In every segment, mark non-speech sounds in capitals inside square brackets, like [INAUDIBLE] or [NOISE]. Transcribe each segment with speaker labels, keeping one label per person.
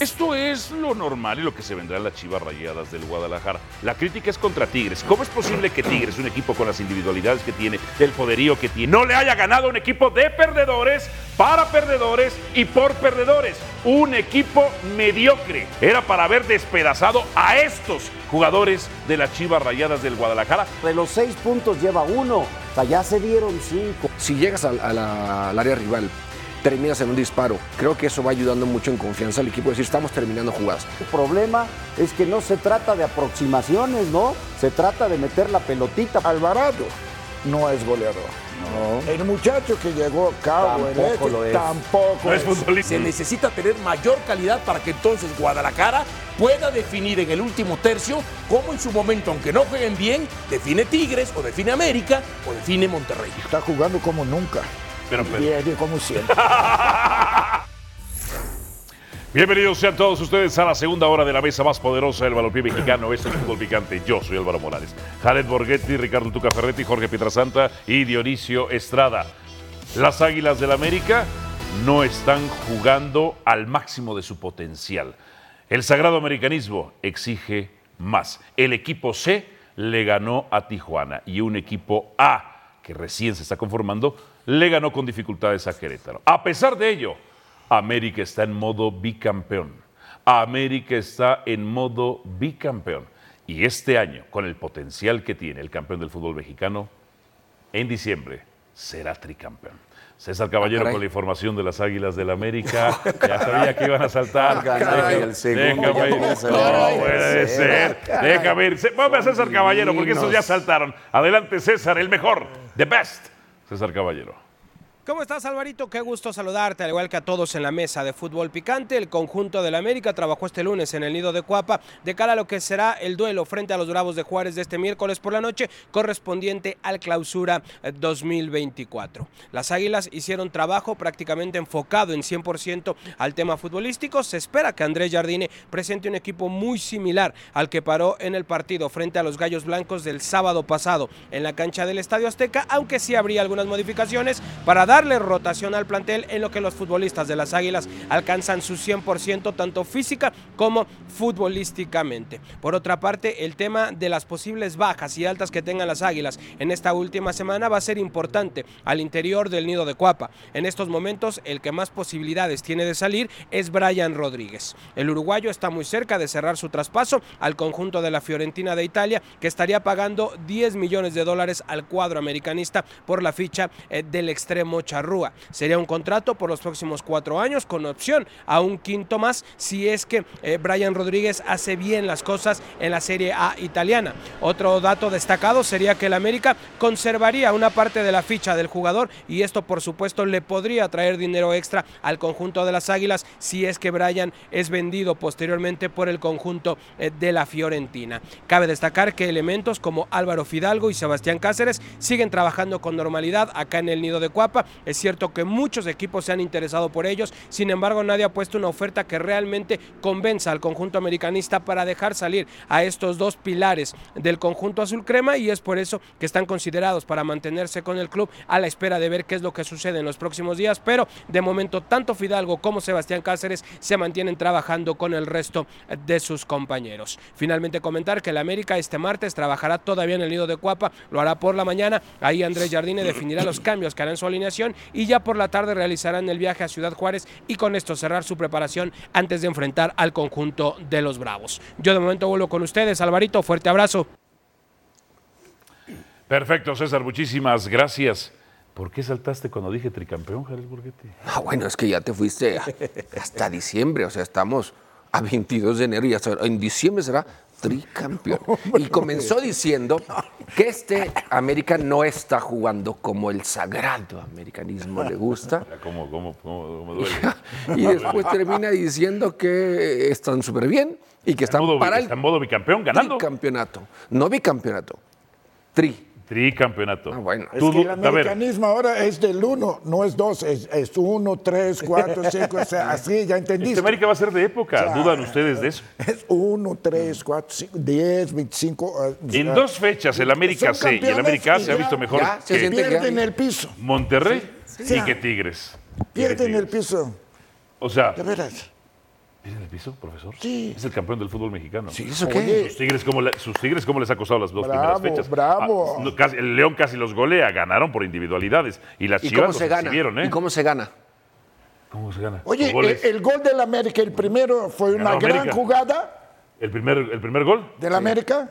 Speaker 1: Esto es lo normal y lo que se vendrá en las chivas rayadas del Guadalajara. La crítica es contra Tigres. ¿Cómo es posible que Tigres, un equipo con las individualidades que tiene, el poderío que tiene, no le haya ganado a un equipo de perdedores, para perdedores y por perdedores? Un equipo mediocre. Era para haber despedazado a estos jugadores de las chivas rayadas del Guadalajara.
Speaker 2: De los seis puntos lleva uno. O sea, ya se dieron cinco.
Speaker 3: Si llegas al, a la- al área rival, terminas en un disparo, creo que eso va ayudando mucho en confianza al equipo, decir, estamos terminando jugadas.
Speaker 2: El problema es que no se trata de aproximaciones, ¿no? Se trata de meter la pelotita.
Speaker 4: Alvarado no es goleador. El muchacho que llegó a cabo el
Speaker 2: Tampoco
Speaker 4: este,
Speaker 2: lo es.
Speaker 4: tampoco
Speaker 1: No es
Speaker 4: es.
Speaker 1: futbolista.
Speaker 5: Se necesita tener mayor calidad para que entonces Guadalajara pueda definir en el último tercio cómo en su momento, aunque no jueguen bien, define Tigres o define América o define Monterrey.
Speaker 4: Está jugando como nunca.
Speaker 1: Pero, pero-
Speaker 4: Y es como siempre.
Speaker 1: Bienvenidos sean todos ustedes a la segunda hora de la mesa más poderosa del balompié mexicano. Este es Fútbol Picante. Yo soy Álvaro Morales. Jared Borghetti, Ricardo Tuca Ferretti, Jorge Pietrasanta y Dionisio Estrada. Las Águilas del América no están jugando al máximo de su potencial. El sagrado americanismo exige más. El equipo C le ganó a Tijuana y un equipo A, que recién se está conformando, le ganó con dificultades a Querétaro. A pesar de ello, América está en modo bicampeón. América está en modo bicampeón. Y este año, con el potencial que tiene el campeón del fútbol mexicano, en diciembre será tricampeón. César Caballero
Speaker 2: Ah,
Speaker 3: Ah, caray.
Speaker 1: con la información de las Águilas
Speaker 2: [LAUGHS]
Speaker 1: del América.
Speaker 2: Oh,
Speaker 1: Ya sabía que iban a saltar.
Speaker 2: caray,
Speaker 1: Deja-
Speaker 2: el segundo
Speaker 1: déjame
Speaker 2: ya
Speaker 1: ir.
Speaker 2: no se
Speaker 1: No
Speaker 2: puede
Speaker 1: puede ser. Déjame ir. Vamos a César Caballero porque esos ya saltaron. Adelante, César, el mejor. The best. César Caballero.
Speaker 6: ¿Cómo estás, Alvarito? Qué gusto saludarte, al igual que a todos en la mesa de fútbol picante. El conjunto del América trabajó este lunes en el nido de Cuapa de cara a lo que será el duelo frente a los Bravos de Juárez de este miércoles por la noche, correspondiente al clausura eh, 2024. Las Águilas hicieron trabajo prácticamente enfocado en 100% al tema futbolístico. Se espera que Andrés Jardine presente un equipo muy similar al que paró en el partido frente a los Gallos Blancos del sábado pasado en la cancha del Estadio Azteca, aunque sí habría algunas modificaciones para darle rotación al plantel en lo que los futbolistas de las Águilas alcanzan su 100% tanto física como futbolísticamente. Por otra parte, el tema de las posibles bajas y altas que tengan las Águilas en esta última semana va a ser importante al interior del nido de Cuapa. En estos momentos, el que más posibilidades tiene de salir es Brian Rodríguez. El uruguayo está muy cerca de cerrar su traspaso al conjunto de la Fiorentina de Italia, que estaría pagando 10 millones de dólares al cuadro americanista por la ficha eh, del extremo charrúa. Sería un contrato por los próximos cuatro años con opción a un quinto más si es que eh, Brian Rodríguez hace bien las cosas en la Serie A italiana. Otro dato destacado sería que el América conservaría una parte de la ficha del jugador y esto por supuesto le podría traer dinero extra al conjunto de las Águilas si es que Brian es vendido posteriormente por el conjunto eh, de la Fiorentina. Cabe destacar que elementos como Álvaro Fidalgo y Sebastián Cáceres siguen trabajando con normalidad acá en el nido de Cuapa. Es cierto que muchos equipos se han interesado por ellos, sin embargo nadie ha puesto una oferta que realmente convenza al conjunto americanista para dejar salir a estos dos pilares del conjunto azul crema y es por eso que están considerados para mantenerse con el club a la espera de ver qué es lo que sucede en los próximos días, pero de momento tanto Fidalgo como Sebastián Cáceres se mantienen trabajando con el resto de sus compañeros. Finalmente comentar que el América este martes trabajará todavía en el nido de Cuapa, lo hará por la mañana, ahí Andrés Jardine definirá los cambios que hará en su alineación y ya por la tarde realizarán el viaje a Ciudad Juárez y con esto cerrar su preparación antes de enfrentar al conjunto de los Bravos. Yo de momento vuelvo con ustedes, Alvarito, fuerte abrazo.
Speaker 1: Perfecto, César, muchísimas gracias. ¿Por qué saltaste cuando dije tricampeón, Jared Borghetti?
Speaker 3: Ah, bueno, es que ya te fuiste a- hasta diciembre, o sea, estamos a 22 de enero y hasta en diciembre será tricampeón. Y comenzó diciendo que este América no está jugando como el sagrado americanismo le gusta.
Speaker 1: ¿Cómo, cómo, cómo, cómo duele?
Speaker 3: [LAUGHS] Y después termina diciendo que están súper bien y que
Speaker 1: Está
Speaker 3: están
Speaker 1: en modo-
Speaker 3: para el
Speaker 1: está en modo bicampeón, ganando.
Speaker 3: Tricampeonato. No bicampeonato. Tri.
Speaker 1: Tricampeonato.
Speaker 3: Ah, bueno.
Speaker 4: Es
Speaker 1: [LAUGHS] Tú
Speaker 4: que el
Speaker 1: du- a ver,
Speaker 4: americanismo ahora es del 1, no es 2, es, es 1, 3, 4, 5, o sea, así, ya
Speaker 1: este
Speaker 4: entendiste.
Speaker 1: América va a ser de época.
Speaker 4: Ya.
Speaker 1: ¿Dudan ustedes de eso?
Speaker 4: Es 1, 3, 4, 5, 10, 25. eh,
Speaker 1: En
Speaker 4: eh,
Speaker 1: dos fechas, el América
Speaker 4: son
Speaker 1: C y el
Speaker 4: campeones
Speaker 1: América A
Speaker 4: y
Speaker 1: se ha
Speaker 4: ya-
Speaker 1: visto mejor
Speaker 3: ya se
Speaker 1: que
Speaker 3: siente-
Speaker 4: Pierden el piso,
Speaker 1: Monterrey
Speaker 4: Sí.
Speaker 1: y que Tigres. Y
Speaker 4: pierden
Speaker 1: que
Speaker 4: el
Speaker 1: Tigres.
Speaker 4: piso,
Speaker 1: O sea,
Speaker 4: de veras.
Speaker 1: ¿pierden el piso, profesor?
Speaker 4: Sí.
Speaker 1: Es el campeón del fútbol mexicano.
Speaker 3: ¿Y eso
Speaker 4: Oye,
Speaker 3: qué?
Speaker 1: Sus tigres, ¿cómo le- sus Tigres, ¿cómo les ha costado las dos
Speaker 4: Bravo,
Speaker 1: primeras fechas? Ah,
Speaker 4: bravo.
Speaker 1: no, casi- el León casi los golea, ganaron por individualidades. Y las
Speaker 3: ¿Y
Speaker 1: chivas
Speaker 3: cómo
Speaker 1: los
Speaker 3: se gana?
Speaker 1: exhibieron, ¿eh?
Speaker 3: ¿Y cómo se gana?
Speaker 1: ¿Cómo se gana?
Speaker 4: Oye, eh,
Speaker 1: Con goles.
Speaker 4: el, el gol del América, el primero, fue una
Speaker 1: Ganó
Speaker 4: gran
Speaker 1: América.
Speaker 4: jugada
Speaker 1: El primer, el primer gol.
Speaker 4: del América.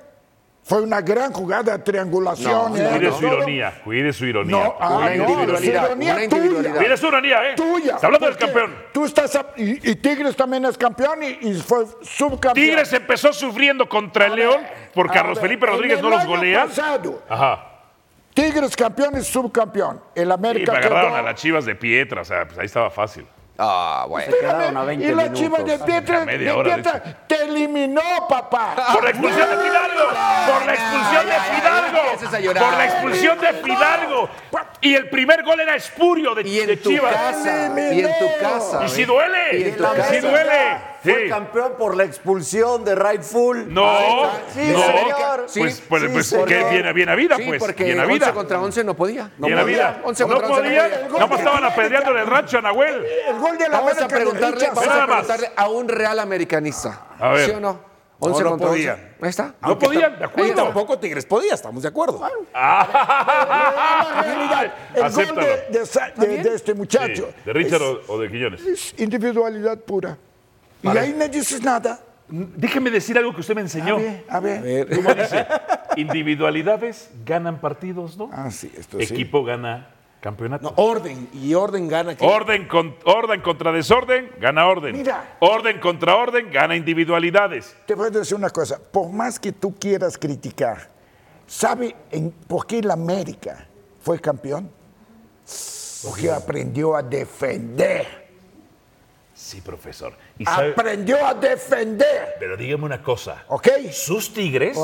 Speaker 4: Fue una gran jugada, triangulación.
Speaker 3: No,
Speaker 4: eh,
Speaker 1: Cuide
Speaker 4: todo.
Speaker 1: su ironía, cuide su ironía.
Speaker 4: No, ah,
Speaker 1: cuide
Speaker 4: no,
Speaker 1: su
Speaker 3: individualidad,
Speaker 4: es
Speaker 1: ironía.
Speaker 4: ironía
Speaker 3: una
Speaker 4: tuya.
Speaker 3: individualidad.
Speaker 1: Cuide su ironía, ¿eh?
Speaker 4: tuya.
Speaker 1: Está hablando del
Speaker 4: porque
Speaker 1: campeón.
Speaker 4: Tú estás. a- y, y Tigres también es campeón y, y fue subcampeón.
Speaker 1: Tigres empezó sufriendo contra el León por
Speaker 4: A
Speaker 1: Carlos
Speaker 4: ver,
Speaker 1: Felipe Rodríguez,
Speaker 4: en
Speaker 1: no
Speaker 4: el
Speaker 1: los
Speaker 4: año
Speaker 1: golea.
Speaker 4: pasado,
Speaker 1: Ajá.
Speaker 4: Tigres campeón y subcampeón. El
Speaker 1: Y
Speaker 4: América.
Speaker 1: agarraron
Speaker 4: quedó-
Speaker 1: a las chivas de piedra, o sea, pues ahí estaba fácil.
Speaker 3: Ah, bueno.
Speaker 2: Se quedaron a 20
Speaker 4: Pues, y la
Speaker 2: minutos.
Speaker 4: Chivas de Pietra,
Speaker 1: A media
Speaker 4: de
Speaker 1: hora,
Speaker 4: Pietra
Speaker 1: dice.
Speaker 4: te eliminó, papá.
Speaker 1: Por la expulsión de Fidalgo, por la expulsión de
Speaker 3: ya, ya,
Speaker 1: Fidalgo,
Speaker 3: ya empieces a llorar.
Speaker 1: por la expulsión de Fidalgo. Y el primer gol era espurio de,
Speaker 3: Y
Speaker 1: de
Speaker 3: en tu
Speaker 1: Chivas.
Speaker 3: casa, y en tu casa.
Speaker 1: Y si
Speaker 3: ¿eh?
Speaker 1: duele,
Speaker 3: Y
Speaker 1: y
Speaker 3: en tu
Speaker 1: si
Speaker 3: casa.
Speaker 1: duele.
Speaker 2: Fue
Speaker 1: Sí.
Speaker 2: campeón por la expulsión de Rightful.
Speaker 1: No,
Speaker 2: Sí,
Speaker 1: no.
Speaker 2: señor.
Speaker 3: Sí,
Speaker 1: pues, pues,
Speaker 2: sí,
Speaker 1: pues,
Speaker 2: señor.
Speaker 1: que bien, bien a vida,
Speaker 3: Sí,
Speaker 1: pues.
Speaker 3: porque
Speaker 1: bien a
Speaker 3: 11
Speaker 1: vida.
Speaker 3: contra 11 no podía. No
Speaker 1: Bien a vida.
Speaker 3: podía. 11
Speaker 1: No
Speaker 3: contra 11
Speaker 1: podía. Nada más estaban apedreándole el rancho a Nahuel.
Speaker 4: El gol de la
Speaker 3: Vamos
Speaker 4: América.
Speaker 3: a preguntarle,
Speaker 4: Richards.
Speaker 3: vamos
Speaker 1: Nada
Speaker 3: a
Speaker 1: más.
Speaker 3: preguntarle a un real americanista.
Speaker 1: A ver.
Speaker 3: ¿Sí o no? 11
Speaker 7: no
Speaker 3: contra 11.
Speaker 7: podían.
Speaker 3: Ahí está.
Speaker 1: No podían, de
Speaker 3: Ahí
Speaker 7: Y
Speaker 1: acuerdo.
Speaker 7: tampoco Tigres podía, estamos de acuerdo. [LAUGHS]
Speaker 4: El gol
Speaker 1: Acéptalo.
Speaker 4: de, de Sa- de- de este
Speaker 1: Sí,
Speaker 4: muchacho.
Speaker 1: ¿De Richard o, o de Quiñones?
Speaker 4: Es individualidad pura. Y ahí no dices nada.
Speaker 1: Déjeme decir algo que usted me enseñó.
Speaker 4: A ver.
Speaker 1: ¿Cómo dice? Individualidades ganan partidos, ¿no?
Speaker 4: Ah, sí, esto sí.
Speaker 1: Equipo gana campeonato.
Speaker 7: No, orden, y orden gana. que-
Speaker 1: Orden, con- orden contra desorden, gana orden.
Speaker 4: Mira.
Speaker 1: Orden contra orden, gana individualidades.
Speaker 4: Te voy a decir una cosa, por más que tú quieras criticar, ¿sabe en, por qué el América fue campeón? Porque aprendió a defender.
Speaker 1: Sí, profesor. Y sabe-
Speaker 4: Aprendió a defender.
Speaker 1: pero dígame una cosa.
Speaker 4: ¿Ok?
Speaker 1: Sus tigres,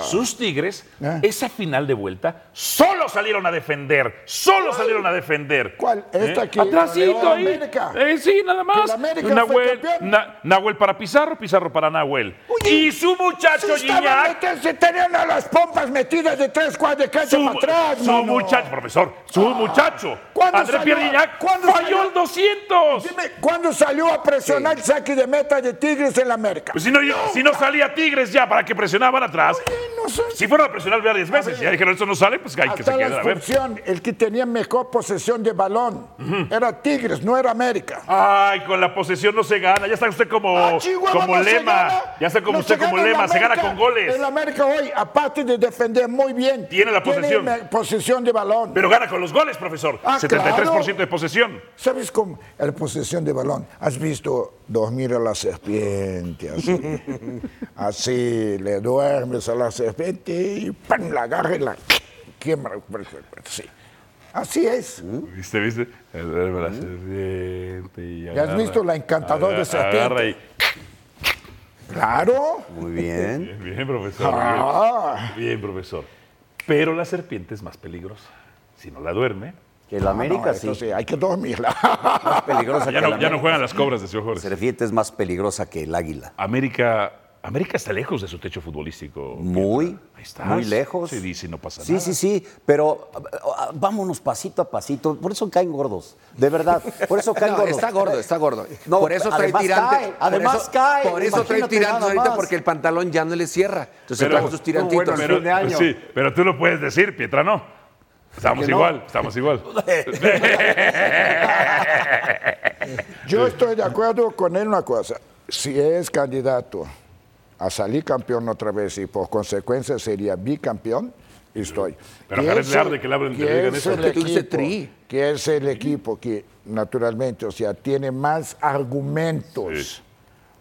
Speaker 1: sus tigres,
Speaker 4: Ah.
Speaker 1: esa final de vuelta, solo salieron a defender. Solo salieron a defender. ¿Eh?
Speaker 4: ¿Cuál? Esta que
Speaker 1: Atrásito
Speaker 4: goleó a
Speaker 1: ahí.
Speaker 4: América.
Speaker 1: Eh, sí, nada
Speaker 4: Que
Speaker 1: más.
Speaker 4: la América fue
Speaker 1: Nahuel,
Speaker 4: campeón.
Speaker 1: Na- Nahuel para Pizarro, Pizarro para Nahuel. y su muchacho
Speaker 4: Se estaban
Speaker 1: Gignac.
Speaker 4: metiendo- se tenían a las pompas metidas de tres cuadras de cancha
Speaker 1: Su,
Speaker 4: para atrás.
Speaker 1: su
Speaker 4: mano. Ah.
Speaker 1: muchacho, profesor, su muchacho.
Speaker 4: ¿Cuándo
Speaker 1: Andrés
Speaker 4: salió?
Speaker 1: Pierre Gignac
Speaker 4: ¿Cuándo
Speaker 1: falló
Speaker 4: salió?
Speaker 1: el 200.
Speaker 4: Dime, ¿cuándo salió a presionar el saque de meta de Tigres en la América?
Speaker 1: Pues si no, yo- si no salía Tigres ya, para que presionaban atrás.
Speaker 4: no sé.
Speaker 1: Si fueron a presionar varias veces, ya dijeron, eso no sale, pues hay que se
Speaker 4: Hasta
Speaker 1: queden
Speaker 4: la
Speaker 1: a ver.
Speaker 4: expulsión, el que tenía mejor posesión de balón era Tigres, no era América.
Speaker 1: Ay, con la posesión no se gana. Ya está usted como,
Speaker 4: Ah, Chihuahua,
Speaker 1: como
Speaker 4: no se
Speaker 1: lema.
Speaker 4: gana.
Speaker 1: ya está como
Speaker 4: No
Speaker 1: usted
Speaker 4: se
Speaker 1: como
Speaker 4: gana en
Speaker 1: lema. Se gana
Speaker 4: América.
Speaker 1: con goles.
Speaker 4: En América hoy, aparte de defender muy bien,
Speaker 1: Tiene la posesión.
Speaker 4: me- posesión de balón.
Speaker 1: Pero gana con los goles, profesor.
Speaker 4: Ah,
Speaker 1: 73% de
Speaker 4: claro.
Speaker 1: posesión.
Speaker 4: ¿Sabes cómo? La posesión de balón. ¿Has visto dormir a la serpiente? Así,
Speaker 1: [LAUGHS]
Speaker 4: Así, le duermes a la serpiente y ¡pam! la agarra y la quema. Así, Así es.
Speaker 2: ¿Mm?
Speaker 1: ¿Viste, viste? Agarra la serpiente y
Speaker 4: ¿Ya has visto la encantadora de serpiente?
Speaker 1: Agarra y-
Speaker 4: Claro.
Speaker 2: Muy bien.
Speaker 1: [LAUGHS] Bien, bien, profesor. bien.
Speaker 4: Ah.
Speaker 1: Bien, profesor. Pero la
Speaker 7: [LAUGHS]
Speaker 1: serpiente es más peligrosa. Si no la duerme.
Speaker 2: Que la América
Speaker 4: No,
Speaker 2: sí.
Speaker 4: esto sí, hay que dormirla.
Speaker 2: Más
Speaker 1: [LAUGHS]
Speaker 2: peligrosa
Speaker 1: Ah, Ya
Speaker 2: que la
Speaker 1: no, ya no
Speaker 2: América.
Speaker 1: juegan las cobras de Sergio Jorge.
Speaker 2: Serpiente es más peligrosa que el águila.
Speaker 1: América. América está lejos de su techo futbolístico.
Speaker 2: Muy,
Speaker 1: Pietra. Ahí está.
Speaker 2: muy lejos.
Speaker 1: Se dice y no pasa
Speaker 2: sí,
Speaker 1: nada.
Speaker 2: Sí, sí, pero ah, ah, vámonos pasito a pasito. Por eso caen gordos, de verdad. Por
Speaker 3: [LAUGHS]
Speaker 2: eso caen
Speaker 3: No,
Speaker 2: gordos.
Speaker 3: está gordo, está gordo.
Speaker 2: No,
Speaker 3: por eso trae
Speaker 2: además
Speaker 3: tirante.
Speaker 2: cae,
Speaker 3: por
Speaker 2: además
Speaker 3: eso-
Speaker 2: cae,
Speaker 3: Por eso trae
Speaker 2: imagínate
Speaker 3: tirantes
Speaker 2: nada
Speaker 3: ahorita
Speaker 2: más.
Speaker 3: porque el pantalón ya no le cierra. Entonces trajo sus tirantitos.
Speaker 2: bueno,
Speaker 1: pero,
Speaker 2: fin de año.
Speaker 1: pues sí, pero tú lo puedes decir, Pietra no. Estamos
Speaker 2: Que no.
Speaker 1: igual, estamos igual.
Speaker 4: Yo estoy de acuerdo con él en una cosa. Si es candidato a salir campeón otra vez y por consecuencia sería bicampeón, estoy.
Speaker 1: Pero
Speaker 4: Que
Speaker 1: a Jared
Speaker 4: es
Speaker 1: le
Speaker 4: el-
Speaker 1: arde que le abren-
Speaker 4: que
Speaker 1: le digan
Speaker 4: es
Speaker 1: eso.
Speaker 4: el
Speaker 3: Porque tú dices
Speaker 4: equipo-
Speaker 3: tri.
Speaker 4: Que es el equipo que, naturalmente, o sea, tiene más argumentos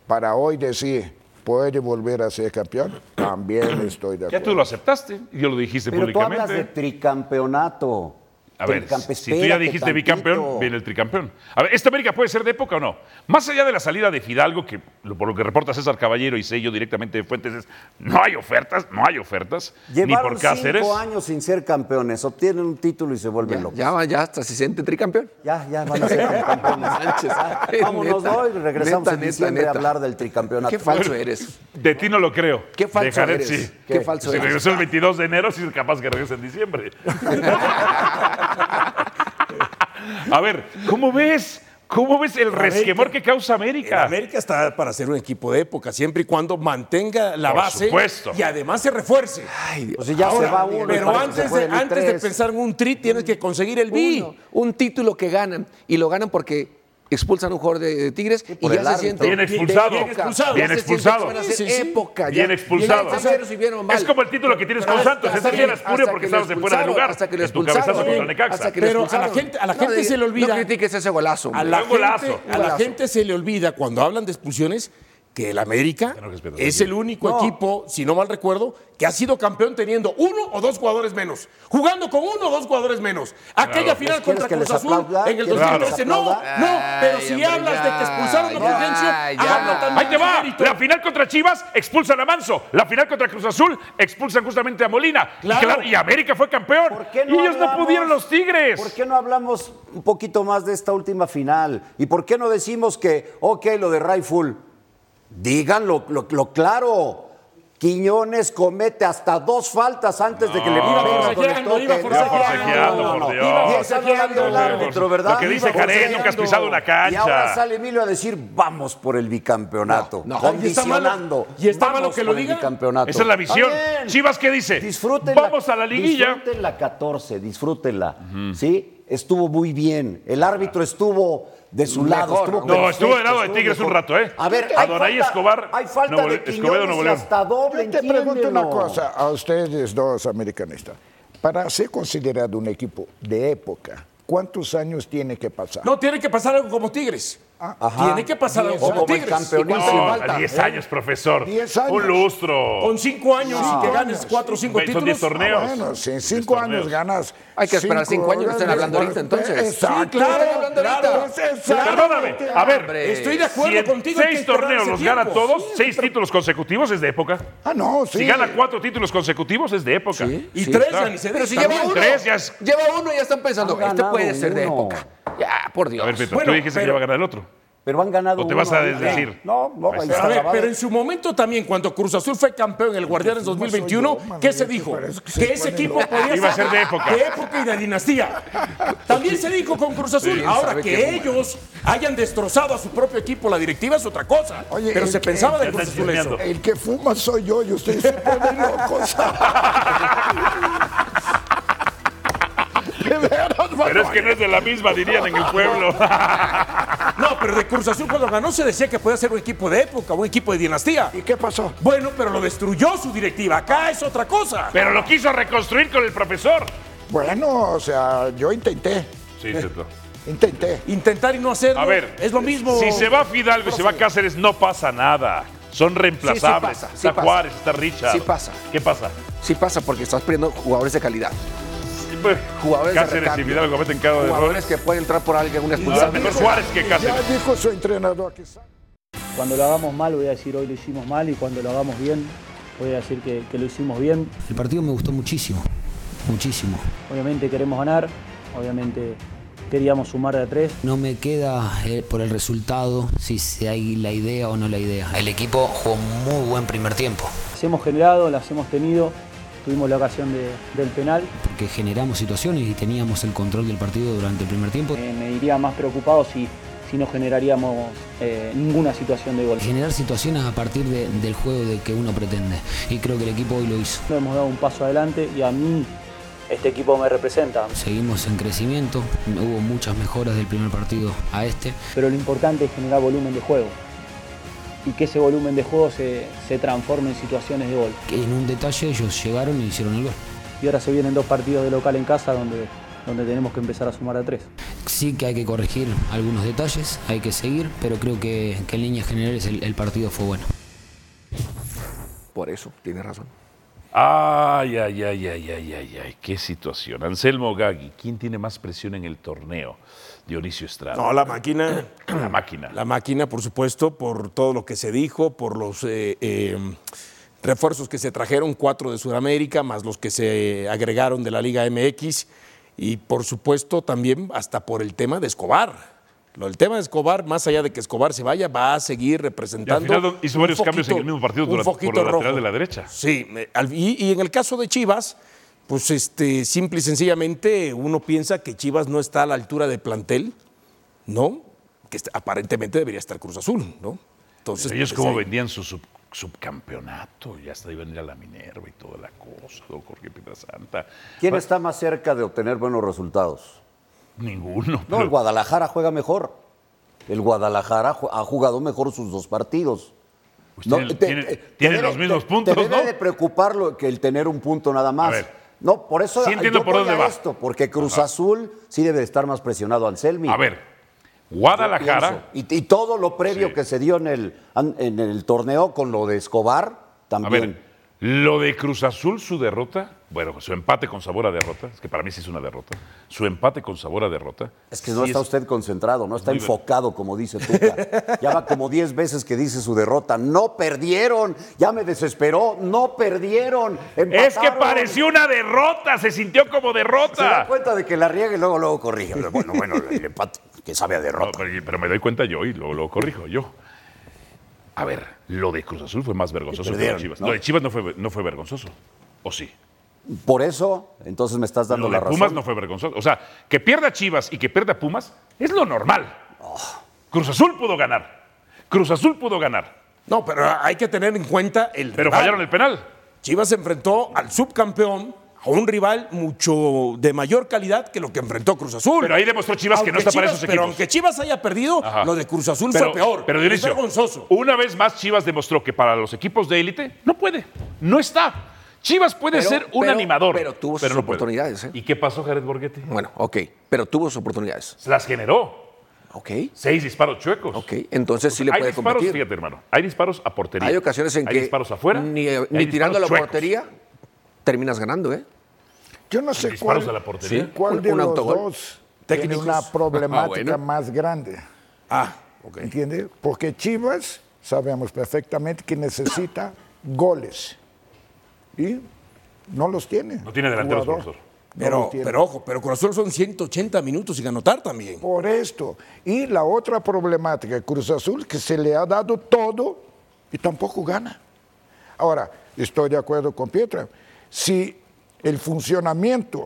Speaker 4: para hoy decir, puede volver a ser campeón, también estoy de
Speaker 1: Ya
Speaker 4: acuerdo.
Speaker 1: tú lo aceptaste, y yo lo dijiste
Speaker 2: Pero tú hablas de
Speaker 1: públicamente.
Speaker 2: tricampeonato.
Speaker 1: A ver, si tú ya dijiste bicampeón, viene el tricampeón. A ver, ¿esta América puede ser de época o no? Más allá de la salida de Fidalgo, que lo- por lo que reporta César Caballero y sé yo directamente de fuentes, es no hay ofertas, no hay ofertas, ni
Speaker 2: Llevaron
Speaker 1: por Cáceres.
Speaker 2: cinco años sin ser campeones, obtienen un título y se vuelven locos.
Speaker 3: Ya, ya, ya hasta se siente tricampeón.
Speaker 2: Ya, ya van a ser campeones.
Speaker 3: Sánchez.
Speaker 2: Ah, [LAUGHS] Vámonos,
Speaker 3: Neta,
Speaker 2: ¿no? Y regresamos
Speaker 3: neta,
Speaker 2: en
Speaker 3: neta,
Speaker 2: diciembre
Speaker 3: neta.
Speaker 2: a hablar del tricampeonato.
Speaker 3: Qué falso eres.
Speaker 1: De ti no lo creo.
Speaker 3: Qué falso
Speaker 1: De Jared
Speaker 3: eres.
Speaker 1: sí.
Speaker 3: Qué falso
Speaker 1: si
Speaker 3: eres.
Speaker 1: regresó el 22 de enero, sí es capaz que regrese
Speaker 3: [LAUGHS]
Speaker 1: en diciembre. A ver, ¿cómo ves? ¿Cómo ves el resquemor que causa
Speaker 7: El
Speaker 1: América?
Speaker 7: América está para ser un equipo de época, siempre y cuando mantenga la
Speaker 1: Por
Speaker 7: base
Speaker 1: supuesto.
Speaker 7: y además se refuerce.
Speaker 2: O sea, ya
Speaker 7: Ahora,
Speaker 2: se va uno. y
Speaker 7: pero
Speaker 2: para que se
Speaker 7: antes, de,
Speaker 2: pueden ir
Speaker 7: antes de
Speaker 2: tres.
Speaker 7: pensar en un tri, tienes que conseguir el B.
Speaker 3: Uno, un título que ganan y lo ganan porque expulsan a un jugador de, de Tigres y
Speaker 2: por
Speaker 3: ya
Speaker 2: el
Speaker 3: se
Speaker 2: árbitro.
Speaker 3: siente
Speaker 1: Bien expulsado.
Speaker 7: Bien expulsado.
Speaker 1: Bien
Speaker 3: Ya se siente
Speaker 1: expulsado.
Speaker 3: que van a hacer
Speaker 7: Sí, sí, sí.
Speaker 3: época, ya.
Speaker 1: Bien expulsado.
Speaker 3: Y ya se recibieron mal.
Speaker 1: Es como el título que tienes con
Speaker 7: Hasta-
Speaker 1: Santos. Ese
Speaker 7: hasta
Speaker 1: día
Speaker 7: que-
Speaker 1: era espurio
Speaker 3: hasta
Speaker 1: porque
Speaker 3: que
Speaker 1: estabas
Speaker 3: lo
Speaker 1: fuera de lugar.
Speaker 3: Hasta que lo
Speaker 1: en tu
Speaker 3: expulsaron.
Speaker 1: cabezazo contra
Speaker 3: sí,
Speaker 1: Necaxa.
Speaker 3: hasta que lo
Speaker 7: Pero a la
Speaker 3: expulsaron.
Speaker 7: gente- a la gente
Speaker 3: diga-
Speaker 7: se le olvida.
Speaker 3: No critiques ese golazo.
Speaker 7: A
Speaker 3: hombre.
Speaker 7: la,
Speaker 1: Un golazo.
Speaker 7: gente, a
Speaker 3: Un
Speaker 7: la
Speaker 3: golazo.
Speaker 7: gente se le olvida cuando hablan de expulsiones que el América
Speaker 1: Que no respetan
Speaker 7: es
Speaker 1: aquí.
Speaker 7: el único equipo, si no mal recuerdo, que ha sido campeón teniendo uno o dos jugadores menos, jugando con uno o dos jugadores menos. Aquella
Speaker 2: ¿Quieres
Speaker 7: final contra
Speaker 2: que
Speaker 7: Cruz
Speaker 2: les
Speaker 7: Azul
Speaker 2: aplauda?
Speaker 7: en el
Speaker 2: ¿Quieres
Speaker 1: que
Speaker 7: 2013.
Speaker 2: les
Speaker 7: No, no,
Speaker 2: aplauda?
Speaker 7: pero
Speaker 3: Ay,
Speaker 7: si
Speaker 3: hombre,
Speaker 7: hablas de
Speaker 3: ya,
Speaker 7: que expulsaron a
Speaker 3: ya,
Speaker 7: Fulgencio,
Speaker 3: ya.
Speaker 7: habla también
Speaker 1: Ahí te
Speaker 7: de su
Speaker 1: va.
Speaker 7: mérito.
Speaker 1: La final contra Chivas expulsan a Manso. La final contra Cruz Azul expulsan justamente a Molina.
Speaker 7: Claro.
Speaker 1: Y y América fue campeón.
Speaker 2: ¿Por qué
Speaker 1: y ellos no
Speaker 2: hablamos-
Speaker 1: pudieron los Tigres.
Speaker 2: ¿Por qué no hablamos un poquito más de esta última final? ¿Y por qué no decimos que, ok, lo de Rifle, digan lo, lo- lo claro? Quiñones comete hasta dos faltas antes de que le
Speaker 1: No.
Speaker 2: pongan
Speaker 1: Iba
Speaker 2: con el
Speaker 7: forcejeando,
Speaker 2: toque.
Speaker 7: iba
Speaker 2: No,
Speaker 1: forcejeando,
Speaker 2: no, no, no,
Speaker 1: por
Speaker 2: no.
Speaker 1: Dios.
Speaker 2: Y esa no la vio el
Speaker 7: Forcejeando,
Speaker 2: árbitro, ¿verdad?
Speaker 1: Lo que
Speaker 2: Iba
Speaker 1: dice Jared, nunca has
Speaker 2: forcejeando.
Speaker 1: pisado una cancha.
Speaker 2: Y ahora sale Emilio a decir, vamos por el bicampeonato.
Speaker 3: No, no.
Speaker 7: Y está malo-
Speaker 2: Condicionando.
Speaker 7: y está malo
Speaker 2: vamos
Speaker 7: que lo
Speaker 2: por el
Speaker 7: diga.
Speaker 2: bicampeonato.
Speaker 1: Esa es la visión.
Speaker 2: Está bien.
Speaker 1: Chivas, ¿qué dice?
Speaker 2: Disfruten
Speaker 1: Vamos a la liguilla.
Speaker 2: Disfruten la 14, disfrútenla. ¿Sí? Estuvo muy bien. El árbitro estuvo de su lado.
Speaker 3: Mejor.
Speaker 2: Estuvo
Speaker 3: No,
Speaker 2: perfecto,
Speaker 1: estuvo del lado de Tigres un
Speaker 2: mejor.
Speaker 1: rato, ¿eh?
Speaker 2: A ver, hay
Speaker 1: Adonai
Speaker 2: falta-
Speaker 1: Escobar,
Speaker 2: Hay falta
Speaker 1: Nuevo-
Speaker 2: de
Speaker 1: Escobedo,
Speaker 2: Quiñones y
Speaker 1: Nuevo León.
Speaker 2: hasta doble.
Speaker 4: Yo te pregunto una
Speaker 2: entiéndelo.
Speaker 4: cosa, a ustedes dos americanistas. Para ser considerado un equipo de época, ¿cuántos años tiene que pasar?
Speaker 7: No, tiene que pasar algo como Tigres.
Speaker 2: Ajá.
Speaker 7: Tiene que pasar algo
Speaker 2: O
Speaker 7: como,
Speaker 2: como el
Speaker 7: Tigres.
Speaker 2: campeón.
Speaker 1: No,
Speaker 2: Buenísimo.
Speaker 3: Falta.
Speaker 1: 10 años, profesor.
Speaker 4: 10 años.
Speaker 1: Un lustro.
Speaker 7: Con cinco años
Speaker 2: No.
Speaker 7: y que ganes cuatro o cinco
Speaker 1: Ve, Son 10
Speaker 7: títulos. Ah,
Speaker 1: torneos.
Speaker 4: Ah, Bueno, si en
Speaker 1: Diez
Speaker 4: cinco
Speaker 1: torneos.
Speaker 4: años ganas.
Speaker 3: Hay que esperar cinco años, están hablando ahorita, entonces.
Speaker 4: Exacto. Pues,
Speaker 7: Sí, claro,
Speaker 4: están hablando
Speaker 7: claro.
Speaker 4: ahorita.
Speaker 1: Perdóname. A ver.
Speaker 3: Hombre.
Speaker 7: Estoy de
Speaker 1: Si
Speaker 7: acuerdo
Speaker 1: en
Speaker 7: contigo. hay que
Speaker 1: seis
Speaker 7: esperar
Speaker 1: torneos
Speaker 7: ese
Speaker 1: los gana
Speaker 7: tiempo.
Speaker 1: todos, seis títulos consecutivos es de época.
Speaker 4: Ah, no, sí.
Speaker 1: Si gana cuatro títulos consecutivos es de época.
Speaker 7: Y
Speaker 3: Sí,
Speaker 7: tres
Speaker 1: está.
Speaker 7: ya ni se
Speaker 3: Pero si
Speaker 7: dice.
Speaker 3: lleva uno,
Speaker 7: [LAUGHS]
Speaker 1: Tres ya es-
Speaker 3: lleva uno y ya están pensando,
Speaker 2: Han
Speaker 3: este puede
Speaker 2: ganado
Speaker 3: ser de
Speaker 2: uno.
Speaker 3: época. Ya, por Dios.
Speaker 1: A ver, Peter,
Speaker 7: Bueno,
Speaker 1: tú dijiste que
Speaker 7: pero-
Speaker 1: iba a ganar el otro.
Speaker 2: Pero han ganado
Speaker 1: ¿O te
Speaker 2: uno
Speaker 1: vas a
Speaker 2: ahorita.
Speaker 1: desdecir?
Speaker 2: No, no,
Speaker 4: pues,
Speaker 2: ahí
Speaker 7: A
Speaker 2: está
Speaker 7: ver,
Speaker 2: grabado.
Speaker 7: pero en su momento también, cuando Cruz Azul fue campeón en el Guardianes 2021,
Speaker 4: soy yo, mano,
Speaker 7: ¿qué
Speaker 4: ya
Speaker 7: se
Speaker 4: te
Speaker 7: dijo?
Speaker 4: parece que
Speaker 7: Que
Speaker 4: se
Speaker 7: ese
Speaker 4: ponen
Speaker 7: equipo podía
Speaker 1: Iba a ser de época.
Speaker 7: De época y de dinastía. También se dijo con Cruz Azul.
Speaker 3: ¿Quién
Speaker 7: Ahora
Speaker 3: sabe
Speaker 7: que
Speaker 3: qué momento?
Speaker 7: ellos hayan destrozado a su propio equipo, la directiva es otra cosa.
Speaker 4: Oye,
Speaker 7: Pero
Speaker 4: el
Speaker 7: se
Speaker 4: que-
Speaker 7: pensaba de
Speaker 1: Ya
Speaker 7: Cruz
Speaker 1: están
Speaker 7: Azul eso.
Speaker 1: chismeando.
Speaker 4: El que fuma soy yo y ustedes se ponen locos. De veras,
Speaker 1: Pero es que no es de la misma, dirían
Speaker 7: [LAUGHS]
Speaker 1: en el pueblo.
Speaker 7: No, pero de Cruz Azul cuando ganó se decía que podía ser un equipo de época, un equipo de dinastía.
Speaker 4: ¿Y qué pasó?
Speaker 7: Bueno, pero lo destruyó su directiva. Acá es otra cosa.
Speaker 1: Pero lo quiso reconstruir con el profesor.
Speaker 4: Bueno, o sea, yo intenté,
Speaker 1: Sí, cierto.
Speaker 4: [LAUGHS] intenté.
Speaker 7: Intentar y no hacerlo
Speaker 1: A ver,
Speaker 7: es lo mismo.
Speaker 1: Si se va Fidalgo y se va Cáceres, no pasa nada. Son reemplazables.
Speaker 3: Sí, sí pasa, sí
Speaker 1: está
Speaker 3: pasa.
Speaker 1: Juárez, está Richard.
Speaker 3: Sí pasa.
Speaker 1: ¿Qué pasa?
Speaker 3: Sí pasa porque estás perdiendo jugadores de calidad. Jugadores de
Speaker 1: Pues, Cáceres y
Speaker 3: recambio.
Speaker 1: Fidalgo cometen cada de
Speaker 3: Jugadores
Speaker 1: errores.
Speaker 3: que pueden entrar por alguien, una
Speaker 1: Ah,
Speaker 3: expulsión.
Speaker 1: Mejor Juárez que
Speaker 4: Ya
Speaker 1: Cáceres.
Speaker 4: dijo su entrenador que sabe.
Speaker 8: Cuando lo hagamos mal voy a decir hoy lo hicimos mal y cuando lo hagamos bien voy a decir que, que lo hicimos bien.
Speaker 9: El partido me gustó muchísimo, muchísimo.
Speaker 8: Obviamente queremos ganar, obviamente queríamos sumar de a tres.
Speaker 9: No me queda eh, por el resultado si se hay la idea o no la idea. El equipo jugó muy buen primer tiempo.
Speaker 8: Las hemos generado, las hemos tenido, tuvimos la ocasión de- del penal.
Speaker 9: Porque generamos situaciones y teníamos el control del partido durante el primer tiempo.
Speaker 8: Eh, me diría más preocupado si, si no generaríamos eh, ninguna situación de gol.
Speaker 9: Generar situaciones a partir de- del juego de que uno pretende. Y creo que el equipo hoy lo hizo.
Speaker 8: No hemos dado un paso adelante y a mí este equipo me representa.
Speaker 9: Seguimos en crecimiento. Hubo muchas mejoras del primer partido a este.
Speaker 8: Pero lo importante es generar volumen de juego y que ese volumen de juego se, se transforme en situaciones de gol.
Speaker 9: En un detalle ellos llegaron y hicieron el gol.
Speaker 8: Y ahora se vienen dos partidos de local en casa donde, donde tenemos que empezar a sumar a tres.
Speaker 9: Sí que hay que corregir algunos detalles, hay que seguir, pero creo que, que en líneas generales el- el partido fue bueno.
Speaker 3: Por eso, tienes razón.
Speaker 1: Ay, ay, ay, ay, ay, ay, ay, qué situación. Anselmo Gagui, ¿quién tiene más presión en el torneo? Dionisio Estrada.
Speaker 7: No, la máquina.
Speaker 1: [CLEARS THROAT] la máquina.
Speaker 7: La máquina, por supuesto, por todo lo que se dijo, por los eh, eh, refuerzos que se trajeron, cuatro de Sudamérica, más los que se agregaron de la Liga MX, y por supuesto también hasta por el tema de Escobar. Lo, el tema de Escobar, más allá de que Escobar se vaya, va a seguir
Speaker 1: Y al
Speaker 7: representando.
Speaker 1: final hizo
Speaker 7: un
Speaker 1: varios
Speaker 7: foquito-
Speaker 1: cambios en el mismo partido
Speaker 7: un
Speaker 1: durante- por
Speaker 7: foquito
Speaker 1: la lateral
Speaker 7: rojo.
Speaker 1: de la derecha.
Speaker 7: Sí, eh, al- y, y en el caso de Chivas, pues este, simple y sencillamente uno piensa que Chivas no está a la altura de plantel, ¿no? Que está- aparentemente debería estar Cruz Azul, ¿no? Entonces,
Speaker 1: Ellos
Speaker 7: pues,
Speaker 1: como
Speaker 7: ahí-
Speaker 1: vendían su sub- subcampeonato, ya hasta iban a ir a la Minerva y toda la cosa, don Jorge Piedrasanta.
Speaker 2: ¿Quién
Speaker 1: Pa-
Speaker 2: está más cerca de obtener buenos resultados?
Speaker 1: Ninguno.
Speaker 2: No, el
Speaker 1: pero-
Speaker 2: Guadalajara juega mejor. El Guadalajara ju- ha jugado mejor sus dos partidos.
Speaker 1: Pues tienen- tienen- tienen los mismos
Speaker 2: te-
Speaker 1: puntos,
Speaker 2: te debe
Speaker 1: ¿no?
Speaker 2: de preocupar lo- que el tener un punto nada más.
Speaker 1: A ver.
Speaker 2: No, por eso
Speaker 1: Sí
Speaker 2: yo
Speaker 1: entiendo por
Speaker 2: voy
Speaker 1: dónde
Speaker 2: a
Speaker 1: va.
Speaker 2: esto, porque Cruz Azul sí debe de estar más presionado Anselmi.
Speaker 1: a ver,
Speaker 2: Pienso.
Speaker 1: Guadalajara.
Speaker 2: Y, y todo lo previo
Speaker 1: Sí.
Speaker 2: que se dio en el, en el torneo con lo de Escobar
Speaker 1: A
Speaker 2: también.
Speaker 1: ver, lo de Cruz Azul, su derrota, bueno, su empate con sabor a derrota, es que para mí sí es una derrota, su empate con sabor a derrota.
Speaker 2: Es que no
Speaker 1: sí
Speaker 2: está usted concentrado, no está
Speaker 1: muy ver-
Speaker 2: enfocado, como dice Tuca. Ya va como 10 veces que dice su derrota. No perdieron, ya me desesperó, no perdieron.
Speaker 1: Es que
Speaker 2: empataron.
Speaker 1: pareció una derrota, se sintió como
Speaker 2: Ah, Se da
Speaker 1: derrota.
Speaker 2: cuenta
Speaker 1: [LAUGHS]
Speaker 2: de que la riega y luego, luego corrige. Bueno, bueno, el [LAUGHS] empate, que sabe a
Speaker 1: No,
Speaker 2: derrota.
Speaker 1: pero, pero me doy cuenta yo y lo, lo corrijo yo. A ver, lo de Cruz Azul fue más vergonzoso que lo de
Speaker 2: perdieron,
Speaker 1: Chivas.
Speaker 2: ¿no?
Speaker 1: Lo de Chivas no fue, no fue vergonzoso, ¿o sí?
Speaker 2: Por eso, entonces me estás dando
Speaker 1: Lo
Speaker 2: la
Speaker 1: de
Speaker 2: razón.
Speaker 1: Pumas no fue vergonzoso. O sea, que pierda Chivas y que pierda Pumas es lo normal. Cruz Azul pudo ganar. Cruz Azul pudo ganar.
Speaker 7: No, pero hay que tener en cuenta el.
Speaker 1: Pero
Speaker 7: rival.
Speaker 1: fallaron el penal.
Speaker 7: Chivas enfrentó al subcampeón, a un rival mucho de mayor calidad que lo que enfrentó Cruz Azul.
Speaker 1: Pero ahí demostró Chivas que no
Speaker 7: Aunque
Speaker 1: está para
Speaker 7: Chivas-
Speaker 1: esos
Speaker 7: Pero
Speaker 1: equipos.
Speaker 7: aunque Chivas haya perdido,
Speaker 1: Ajá.
Speaker 7: lo de Cruz Azul
Speaker 1: Pero-
Speaker 7: fue peor.
Speaker 1: Pero
Speaker 7: es
Speaker 1: Dionisio,
Speaker 7: vergonzoso.
Speaker 1: una vez más Chivas demostró que para los equipos de élite no puede, no está. Chivas puede
Speaker 3: Pero-
Speaker 1: ser un
Speaker 3: pero-
Speaker 1: animador.
Speaker 3: pero tuvo sus
Speaker 1: puede.
Speaker 3: oportunidades, ¿eh?
Speaker 1: ¿Y qué pasó, Jared Borghetti?
Speaker 3: Bueno, ok, pero tuvo sus oportunidades.
Speaker 1: Las generó.
Speaker 3: Ok,
Speaker 1: Seis disparos chuecos.
Speaker 3: ok. Entonces sí le
Speaker 1: hay
Speaker 3: puede
Speaker 1: disparos,
Speaker 3: competir.
Speaker 1: fíjate, hermano. Hay disparos a portería.
Speaker 3: Hay ocasiones en
Speaker 1: Hay
Speaker 3: que
Speaker 1: disparos afuera.
Speaker 3: ni,
Speaker 1: hay
Speaker 3: ni
Speaker 1: disparos
Speaker 3: tirando a la
Speaker 1: chuecos.
Speaker 3: portería terminas ganando, ¿eh?
Speaker 4: Yo no sé
Speaker 1: Disparos
Speaker 4: cuál,
Speaker 1: a la portería.
Speaker 4: sí, cuál
Speaker 3: Un-
Speaker 4: de
Speaker 3: un
Speaker 4: los
Speaker 3: autogol.
Speaker 4: dos tiene
Speaker 3: Técnicos.
Speaker 4: una
Speaker 3: [LAUGHS]
Speaker 4: problemática
Speaker 3: Ah, bueno.
Speaker 4: más grande.
Speaker 7: Ah, ok.
Speaker 4: ¿Entiende? Porque Chivas sabemos perfectamente que necesita goles. Y no los tiene.
Speaker 1: No tiene delanteros,
Speaker 4: Jugador,
Speaker 1: profesor.
Speaker 4: no
Speaker 7: Pero,
Speaker 4: los tiene.
Speaker 7: pero ojo, pero Cruz Azul son 180 minutos sin anotar también.
Speaker 4: Por esto. Y la otra problemática, Cruz Azul, que se le ha dado todo y tampoco gana. Ahora, estoy de acuerdo con Pietra. Si el funcionamiento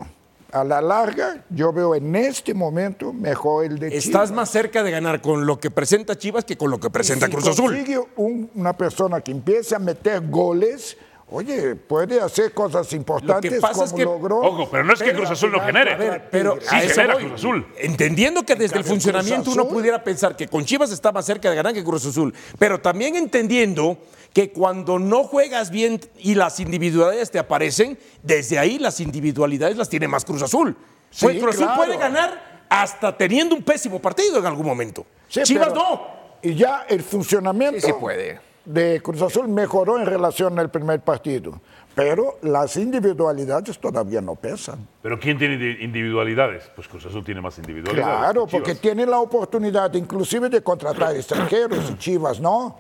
Speaker 4: a la larga, yo veo en este momento mejor el de
Speaker 7: Estás
Speaker 4: Chivas.
Speaker 7: más cerca de ganar con lo que presenta Chivas que con lo que presenta
Speaker 4: si
Speaker 7: Cruz Azul.
Speaker 4: Consigue un- una persona que empiece a meter goles, oye, puede hacer cosas importantes
Speaker 7: pasa
Speaker 4: como
Speaker 7: es que-
Speaker 4: logró.
Speaker 1: Ojo, pero no es que Cruz Azul no genere.
Speaker 4: A ver,
Speaker 7: Pero
Speaker 1: Sí,
Speaker 7: a eso
Speaker 1: genera
Speaker 7: voy.
Speaker 1: Cruz Azul.
Speaker 7: Entendiendo que desde el
Speaker 4: cambio, Cruz
Speaker 7: funcionamiento uno
Speaker 4: Azul-
Speaker 7: pudiera pensar que con Chivas está más cerca de ganar que Cruz Azul, pero también entendiendo que cuando no juegas bien y las individualidades te aparecen, desde ahí las individualidades las tiene más Cruz Azul.
Speaker 4: Sí,
Speaker 7: Pues Cruz Azul
Speaker 4: claro.
Speaker 7: puede ganar hasta teniendo un pésimo partido en algún momento.
Speaker 4: Sí,
Speaker 7: Chivas
Speaker 4: pero-
Speaker 7: no.
Speaker 4: Y ya el funcionamiento
Speaker 3: Sí, sí puede.
Speaker 4: de Cruz Azul mejoró en relación al primer partido. Pero las individualidades todavía no pesan.
Speaker 1: Pero ¿quién tiene indi- individualidades? Pues Cruz Azul tiene más individualidades.
Speaker 4: Claro,
Speaker 1: que Chivas.
Speaker 4: porque tienen la oportunidad inclusive de contratar extranjeros y Chivas no.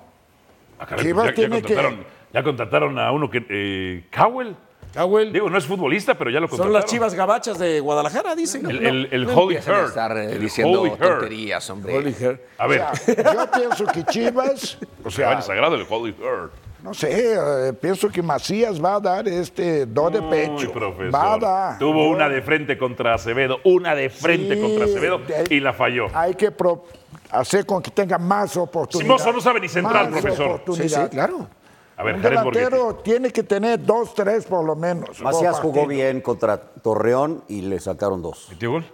Speaker 1: Ah, caray,
Speaker 4: Chivas
Speaker 1: pues ya, ya
Speaker 4: tiene que-
Speaker 1: contrataron, ya contrataron a uno que. Eh, Cowell.
Speaker 7: Cowell.
Speaker 1: Digo, no es futbolista, pero ya lo
Speaker 7: Son
Speaker 1: contrataron.
Speaker 7: las Chivas gabachas de Guadalajara, dicen.
Speaker 1: El, el, el
Speaker 3: No
Speaker 1: Holy
Speaker 3: empiecen a
Speaker 1: Herd.
Speaker 3: estar eh,
Speaker 1: El Holy
Speaker 3: diciendo
Speaker 1: Herd.
Speaker 3: tonterías, hombre.
Speaker 1: A ver,
Speaker 4: O sea, yo pienso que Chivas, o
Speaker 1: se van
Speaker 4: sea,
Speaker 1: a sagrado el Holy Herd.
Speaker 4: no sé, eh, pienso que Macías va a dar este do de
Speaker 1: Uy,
Speaker 4: pecho.
Speaker 1: profesor.
Speaker 4: va a dar.
Speaker 1: Tuvo una de frente contra Acevedo, una de frente
Speaker 4: Sí,
Speaker 1: contra Acevedo
Speaker 4: de ahí-
Speaker 1: y la falló.
Speaker 4: Hay que pro- hacer con que tenga más oportunidades.
Speaker 1: Simoso no sabe ni central,
Speaker 4: Más
Speaker 1: profesor.
Speaker 3: Sí, sí,
Speaker 4: oportunidades.
Speaker 3: claro.
Speaker 1: A ver,
Speaker 4: un
Speaker 1: Jared Borghetti.
Speaker 4: delantero tiene que tener dos, tres por lo menos.
Speaker 2: Macías
Speaker 4: por
Speaker 2: jugó
Speaker 4: Pues, partido.
Speaker 2: bien contra Torreón y le sacaron dos.
Speaker 1: ¿Metió gol?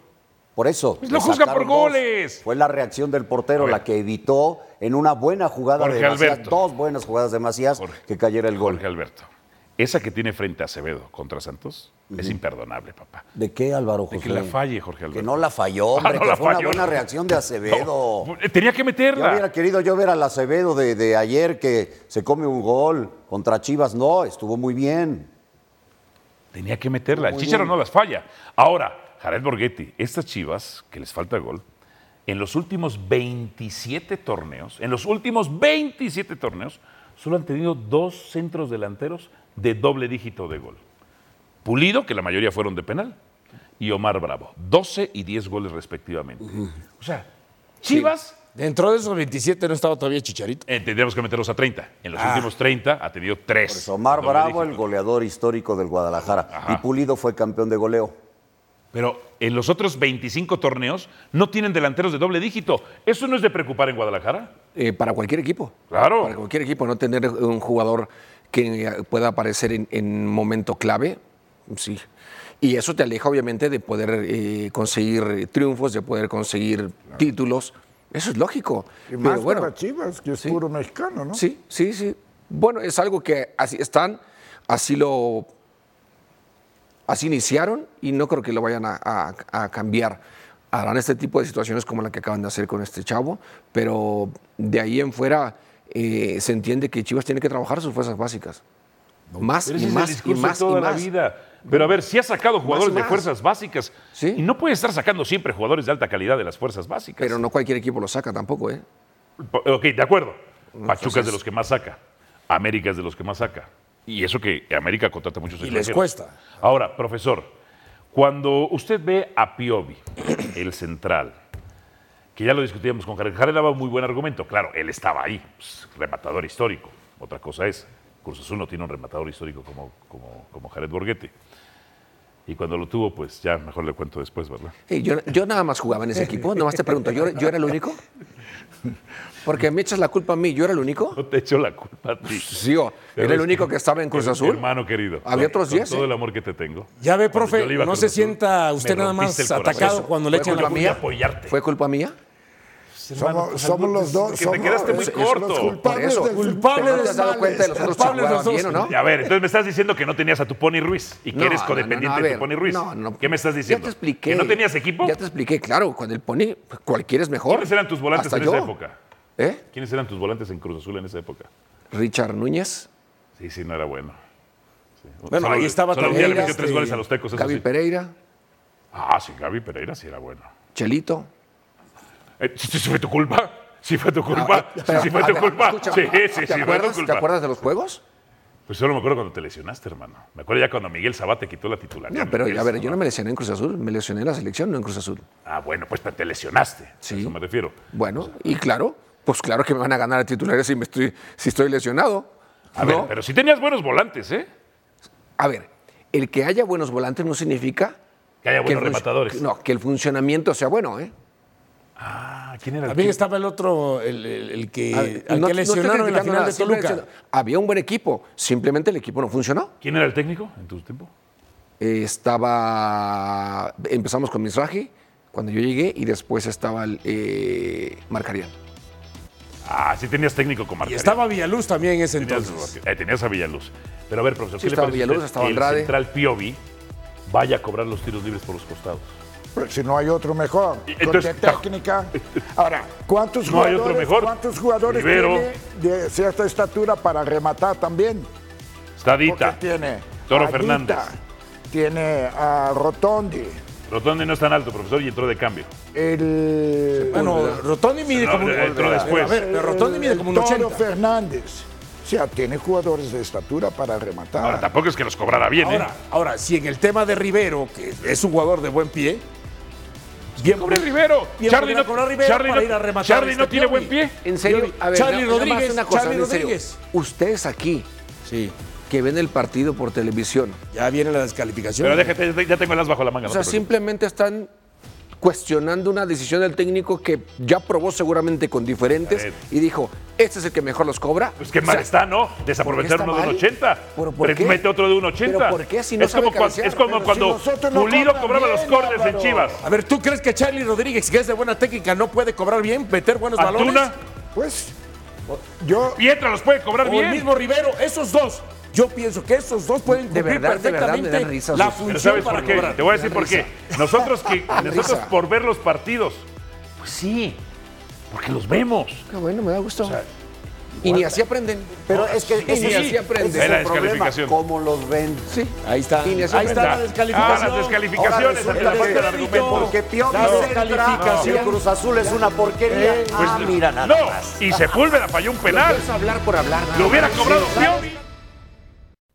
Speaker 2: Por eso.
Speaker 1: Pues lo
Speaker 2: le
Speaker 1: juzgan
Speaker 2: sacaron
Speaker 1: por
Speaker 2: dos.
Speaker 1: goles.
Speaker 2: Fue la reacción del portero
Speaker 1: ver.
Speaker 2: la que evitó en una buena jugada
Speaker 1: Jorge
Speaker 2: de Macías,
Speaker 1: Alberto.
Speaker 2: dos buenas jugadas de Macías,
Speaker 1: Jorge.
Speaker 2: que cayera el gol.
Speaker 1: Jorge Alberto. Esa que tiene frente a Acevedo contra Santos es imperdonable, papá.
Speaker 2: ¿De qué, Álvaro
Speaker 1: De
Speaker 2: José?
Speaker 1: que la falle, Jorge Alberto.
Speaker 2: Que no la falló,
Speaker 1: [LAUGHS] Ah,
Speaker 2: hombre,
Speaker 1: no
Speaker 2: que
Speaker 1: la
Speaker 2: fue una
Speaker 1: falló.
Speaker 2: buena reacción
Speaker 1: [LAUGHS]
Speaker 2: de Acevedo.
Speaker 1: No, tenía
Speaker 2: Yo
Speaker 1: que
Speaker 2: hubiera
Speaker 1: meterla.
Speaker 2: querido yo ver al Acevedo de, de ayer que se come un gol contra Chivas. No, estuvo muy bien.
Speaker 1: Tenía que meterla. El Chicharo no las falla. Ahora, Jared Borghetti, estas chivas, que les falta gol, en los últimos 27 torneos, en los últimos 27 torneos, solo han tenido dos centros delanteros de doble dígito de gol. Pulido, que la mayoría fueron de penal, y Omar Bravo. 12 y 10 goles respectivamente. O sea, Chivas
Speaker 7: Dentro de esos 27 no estaba todavía Chicharito.
Speaker 1: eh, tendríamos que meterlos a 30. En los últimos 30 ha tenido 3.
Speaker 2: Ah. Omar Bravo, el goleador histórico del Guadalajara.
Speaker 1: Ajá.
Speaker 2: Y Pulido fue campeón de goleo.
Speaker 1: Pero en los otros 25 torneos no tienen delanteros de doble dígito. ¿Eso no es de preocupar en Guadalajara?
Speaker 3: Eh, para cualquier equipo.
Speaker 1: Claro.
Speaker 3: Para cualquier equipo, no tener un jugador que eh, pueda aparecer en, en momento clave, sí. Y eso te aleja, obviamente, de poder eh, conseguir triunfos, de poder conseguir títulos. Eso es lógico.
Speaker 4: Y más
Speaker 3: Pero bueno,
Speaker 4: para Chivas, que es
Speaker 3: sí.
Speaker 4: puro mexicano, ¿no?
Speaker 3: Sí, sí, sí. Bueno, es algo que así están, así lo. Así iniciaron y no creo que lo vayan a, a- a cambiar. Harán este tipo de situaciones como la que acaban de hacer con este chavo, pero de ahí en fuera eh, se entiende que Chivas tiene que trabajar sus fuerzas básicas. Más
Speaker 1: Pero
Speaker 3: y
Speaker 1: ese es el
Speaker 3: más y
Speaker 1: discurso de
Speaker 3: más y
Speaker 1: toda la
Speaker 3: más.
Speaker 1: vida. Pero a ver, si ha sacado jugadores de
Speaker 3: más.
Speaker 1: fuerzas básicas.
Speaker 3: Sí.
Speaker 1: Y no puede estar sacando siempre jugadores de alta calidad de las fuerzas básicas.
Speaker 3: Pero no cualquier equipo lo saca tampoco, ¿eh?
Speaker 1: Po- Ok, de acuerdo. Pachuca es de
Speaker 3: Entonces-
Speaker 1: los que más saca. América es de los que más saca. Y eso que América contrata muchos
Speaker 7: Y les
Speaker 1: extranjeros.
Speaker 7: cuesta.
Speaker 1: Ahora, profesor, cuando usted ve a Piovi, el central, que ya lo discutíamos con Jared, Jared daba un muy buen argumento. Claro, él estaba ahí, pues, rematador histórico. Otra cosa es, Cruz Azul no tiene un rematador histórico como, como, como Jared Borghetti. Y cuando lo tuvo, pues ya mejor le cuento después, ¿verdad?
Speaker 3: Hey, yo, yo nada más jugaba en ese equipo, nada más te pregunto, ¿yo, yo era el único? Porque me echas la culpa a mí, ¿yo era el único?
Speaker 1: No te echo la culpa a ti.
Speaker 3: Sí, o- era el único que estaba en Cruz Azul.
Speaker 1: Hermano querido.
Speaker 3: Había
Speaker 1: con-
Speaker 3: otros
Speaker 1: con
Speaker 3: 10,
Speaker 1: Todo
Speaker 3: ¿eh?
Speaker 1: el amor que te tengo.
Speaker 7: Ya
Speaker 1: Cuando
Speaker 7: ve,
Speaker 1: yo
Speaker 7: profe,
Speaker 1: le iba a
Speaker 7: no
Speaker 1: Cruz
Speaker 7: se
Speaker 1: Azul,
Speaker 7: sienta
Speaker 1: me
Speaker 7: usted nada
Speaker 1: rompiste el
Speaker 7: más
Speaker 1: corazón.
Speaker 7: atacado
Speaker 1: Eso.
Speaker 7: cuando le
Speaker 1: Fue
Speaker 7: echan la
Speaker 1: culpa mía
Speaker 7: culpa.
Speaker 1: apoyarte.
Speaker 3: ¿Fue culpa mía?
Speaker 4: Somos,
Speaker 7: pues,
Speaker 4: somos los dos.
Speaker 1: que te
Speaker 4: somos
Speaker 1: quedaste muy
Speaker 4: los-
Speaker 1: corto.
Speaker 4: Los
Speaker 3: Por
Speaker 4: culpables
Speaker 3: eso.
Speaker 4: del-
Speaker 7: Culpable
Speaker 3: ¿No
Speaker 7: de
Speaker 3: te has dado
Speaker 7: males,
Speaker 3: cuenta de los otros que
Speaker 7: culpables
Speaker 3: jugaban
Speaker 7: los
Speaker 3: bien o
Speaker 7: dos.
Speaker 3: no?
Speaker 1: Y A ver, entonces me estás diciendo que no tenías a tu Pony Ruiz y que
Speaker 3: No,
Speaker 1: eres
Speaker 3: no,
Speaker 1: codependiente
Speaker 3: no, no, a
Speaker 1: de
Speaker 3: ver,
Speaker 1: tu Pony Ruiz.
Speaker 3: no, no.
Speaker 1: ¿Qué me estás diciendo?
Speaker 3: Ya te expliqué.
Speaker 1: ¿Que no tenías equipo?
Speaker 3: Ya te expliqué, claro. Con el Pony, pues, cualquiera es mejor.
Speaker 1: ¿Quiénes eran tus volantes
Speaker 3: Hasta
Speaker 1: en
Speaker 3: yo.
Speaker 1: esa época?
Speaker 3: ¿Eh?
Speaker 1: ¿Quiénes eran tus volantes en Cruz Azul en esa época?
Speaker 3: Richard Núñez,
Speaker 1: Sí, sí, no era bueno. Sí.
Speaker 7: Bueno, ahí estaba
Speaker 1: solo un día le
Speaker 7: Taveras,
Speaker 1: metió tres
Speaker 7: eh,
Speaker 1: goles a los tecos, eso
Speaker 3: Gaby
Speaker 1: sí.
Speaker 3: Pereira,
Speaker 1: Ah, sí, Gaby Pereira sí era bueno.
Speaker 3: Chelito.
Speaker 1: Eh, sí, sí, sí fue tu culpa. Sí fue tu culpa.
Speaker 3: Ah, pero,
Speaker 1: sí fue
Speaker 3: a
Speaker 1: tu
Speaker 3: ver,
Speaker 1: culpa.
Speaker 3: escucha,
Speaker 1: sí, sí, sí,
Speaker 3: ¿te
Speaker 1: fue tu
Speaker 3: acuerdas, ¿Te
Speaker 1: culpa.
Speaker 3: acuerdas de los juegos?
Speaker 1: Pues solo me acuerdo cuando te lesionaste, hermano. Me acuerdo ya cuando Miguel Sabat te quitó la titularidad.
Speaker 3: No, pero
Speaker 1: Miguel
Speaker 3: a ver,
Speaker 1: Sabat.
Speaker 3: yo no me lesioné en Cruz Azul, me lesioné en la selección, no en Cruz Azul.
Speaker 1: Ah, bueno, pues te lesionaste.
Speaker 3: Sí.
Speaker 1: A eso me refiero.
Speaker 3: Bueno, y claro, pues claro que me van a ganar a titulares si, me estoy, si estoy lesionado.
Speaker 1: A
Speaker 3: ¿no?
Speaker 1: ver, pero sí tenías buenos volantes, ¿eh?
Speaker 3: A ver, el que haya buenos volantes no significa
Speaker 1: Que haya
Speaker 3: el
Speaker 1: buenos
Speaker 3: func-
Speaker 1: rematadores.
Speaker 3: No, que el funcionamiento sea bueno, ¿eh?
Speaker 1: Ah, ¿quién era el
Speaker 7: También
Speaker 1: que-
Speaker 7: estaba el otro, el, el- el que,
Speaker 3: A ver, Ah, no-
Speaker 7: al
Speaker 3: no
Speaker 7: que
Speaker 3: estoy
Speaker 7: lesionaron en la
Speaker 3: criticando
Speaker 7: final
Speaker 3: nada,
Speaker 7: de
Speaker 3: siempre
Speaker 7: Toluca.
Speaker 3: lesionaron. Había un buen equipo, simplemente el equipo no funcionó.
Speaker 1: ¿Quién era el técnico en tu tiempo?
Speaker 3: Eh, estaba. Empezamos con Misraji cuando yo llegué y después estaba el eh, Marcarián.
Speaker 1: Ah, sí tenías técnico con
Speaker 7: Y
Speaker 1: Marcarián.
Speaker 7: estaba Villaluz también en ese
Speaker 1: tenías,
Speaker 7: entonces.
Speaker 1: eh, tenías a Villaluz. Pero a ver, profesor,
Speaker 3: Sí,
Speaker 1: ¿qué le
Speaker 3: estaba
Speaker 1: parece
Speaker 3: Villaluz,
Speaker 1: usted
Speaker 3: estaba
Speaker 1: que
Speaker 3: Andrade.
Speaker 1: El central Piovi vaya a cobrar los tiros libres por los costados.
Speaker 4: Pero si no hay otro mejor.
Speaker 1: Y
Speaker 4: con
Speaker 1: entonces-
Speaker 4: de técnica. Ahora, ¿cuántos
Speaker 1: No hay
Speaker 4: jugadores,
Speaker 1: otro mejor.
Speaker 4: ¿cuántos jugadores
Speaker 1: Rivero.
Speaker 4: tiene de cierta estatura para rematar también? Porque
Speaker 1: Estadita.
Speaker 4: tiene
Speaker 1: Toro
Speaker 4: a Dita,
Speaker 1: Fernández.
Speaker 4: Tiene a Rotondi.
Speaker 1: Rotondi no es tan alto, profesor, y entró de cambio.
Speaker 4: El,
Speaker 7: Bueno, Rotondi mide
Speaker 1: No,
Speaker 7: como un.
Speaker 1: entró
Speaker 7: A
Speaker 1: después.
Speaker 7: ver, pero Rotondi mide
Speaker 4: el
Speaker 7: como un
Speaker 4: Toro
Speaker 7: 80.
Speaker 4: Fernández. O sea, tiene jugadores de estatura para rematar.
Speaker 1: Ahora, tampoco es que los cobrara bien, ¿eh?
Speaker 7: Ahora, ahora, si en el tema de Rivero, que es un jugador de buen pie, bien
Speaker 1: ¡Cobre Rivero!
Speaker 7: Bien,
Speaker 1: Charlie
Speaker 7: podría
Speaker 1: no,
Speaker 7: cobrar Rivero
Speaker 1: Charlie
Speaker 7: para
Speaker 1: no-
Speaker 7: ir a rematar
Speaker 1: Charlie
Speaker 7: este
Speaker 1: no tiene
Speaker 7: Piovi.
Speaker 1: buen pie.
Speaker 3: En serio,
Speaker 7: Yo-
Speaker 3: a ver,
Speaker 7: Charlie
Speaker 3: na- nada más
Speaker 7: Rodríguez,
Speaker 3: una cosa,
Speaker 7: Charlie
Speaker 3: en serio.
Speaker 7: Rodríguez.
Speaker 3: Ustedes aquí
Speaker 7: Sí,
Speaker 3: que ven el partido por televisión,
Speaker 7: ya viene la descalificación.
Speaker 1: Pero déjate, ya te- ya tengo el as bajo la manga.
Speaker 3: o
Speaker 1: no
Speaker 3: sea,
Speaker 1: te preocupes.
Speaker 3: simplemente están cuestionando una decisión del técnico que ya probó seguramente con
Speaker 1: A
Speaker 3: diferentes
Speaker 1: ver.
Speaker 3: y dijo, este es el que mejor los cobra.
Speaker 1: Pues qué
Speaker 3: O
Speaker 1: mal
Speaker 3: sea,
Speaker 1: está, ¿no?
Speaker 3: ¿por qué
Speaker 1: Desaprovechar
Speaker 3: está
Speaker 1: uno de un
Speaker 3: mal?
Speaker 1: 80.
Speaker 3: ¿Pero por
Speaker 1: Pero
Speaker 3: qué?
Speaker 1: Mete otro de un 80.
Speaker 3: ¿Pero por qué si no
Speaker 1: es, como
Speaker 3: sabe
Speaker 1: cuando,
Speaker 3: cabecear?
Speaker 1: es como
Speaker 4: Pero
Speaker 1: cuando
Speaker 4: si nosotros no
Speaker 1: Pulido
Speaker 4: cobran
Speaker 1: cobraba los
Speaker 4: bien,
Speaker 1: corners en
Speaker 4: Álvaro.
Speaker 1: Chivas.
Speaker 7: A ver, ¿tú crees que Charlie Rodríguez, que es de buena técnica, no puede cobrar bien, meter buenos balones?
Speaker 1: Antuna,
Speaker 4: Pues, yo.
Speaker 1: Pietra los puede cobrar
Speaker 7: O el
Speaker 1: bien.
Speaker 7: mismo Rivero, esos dos. Yo pienso que esos dos pueden
Speaker 3: De
Speaker 7: cumplir
Speaker 3: verdad, de verdad, me
Speaker 7: perfectamente
Speaker 3: dan risa
Speaker 7: la
Speaker 3: sus-
Speaker 1: Pero
Speaker 7: función
Speaker 1: ¿sabes
Speaker 7: para
Speaker 1: por qué?
Speaker 7: cobrar.
Speaker 1: Te voy a decir por qué. Nosotros,
Speaker 7: [LAUGHS]
Speaker 1: que, nosotros
Speaker 3: risa.
Speaker 1: por ver los partidos, pues sí, porque los vemos.
Speaker 3: Qué bueno, me da gusto. Y ni así aprenden.
Speaker 2: Pero es que ese
Speaker 3: ni
Speaker 2: es,
Speaker 3: así
Speaker 2: ese
Speaker 3: aprende.
Speaker 2: es
Speaker 1: Era
Speaker 2: el problema,
Speaker 1: descalificación.
Speaker 2: cómo los ven.
Speaker 3: Sí.
Speaker 7: Ahí está.
Speaker 3: Y ni así
Speaker 7: Ahí está la
Speaker 3: aprenden.
Speaker 7: descalificación.
Speaker 1: Ah, las descalificaciones,
Speaker 2: Ahora
Speaker 1: ante la
Speaker 2: resulta
Speaker 1: falta de
Speaker 2: que-
Speaker 1: argumentos.
Speaker 2: Porque Piovi
Speaker 7: Claro.
Speaker 2: centra y
Speaker 7: Calificación.
Speaker 2: Cruz Azul es una porquería.
Speaker 1: Pues,
Speaker 2: ah, mira nada
Speaker 1: no,
Speaker 2: más.
Speaker 1: y Sepúlveda falló un penal.
Speaker 3: Es hablar por hablar. nada
Speaker 1: Lo hubiera
Speaker 3: más.
Speaker 1: cobrado Piovi.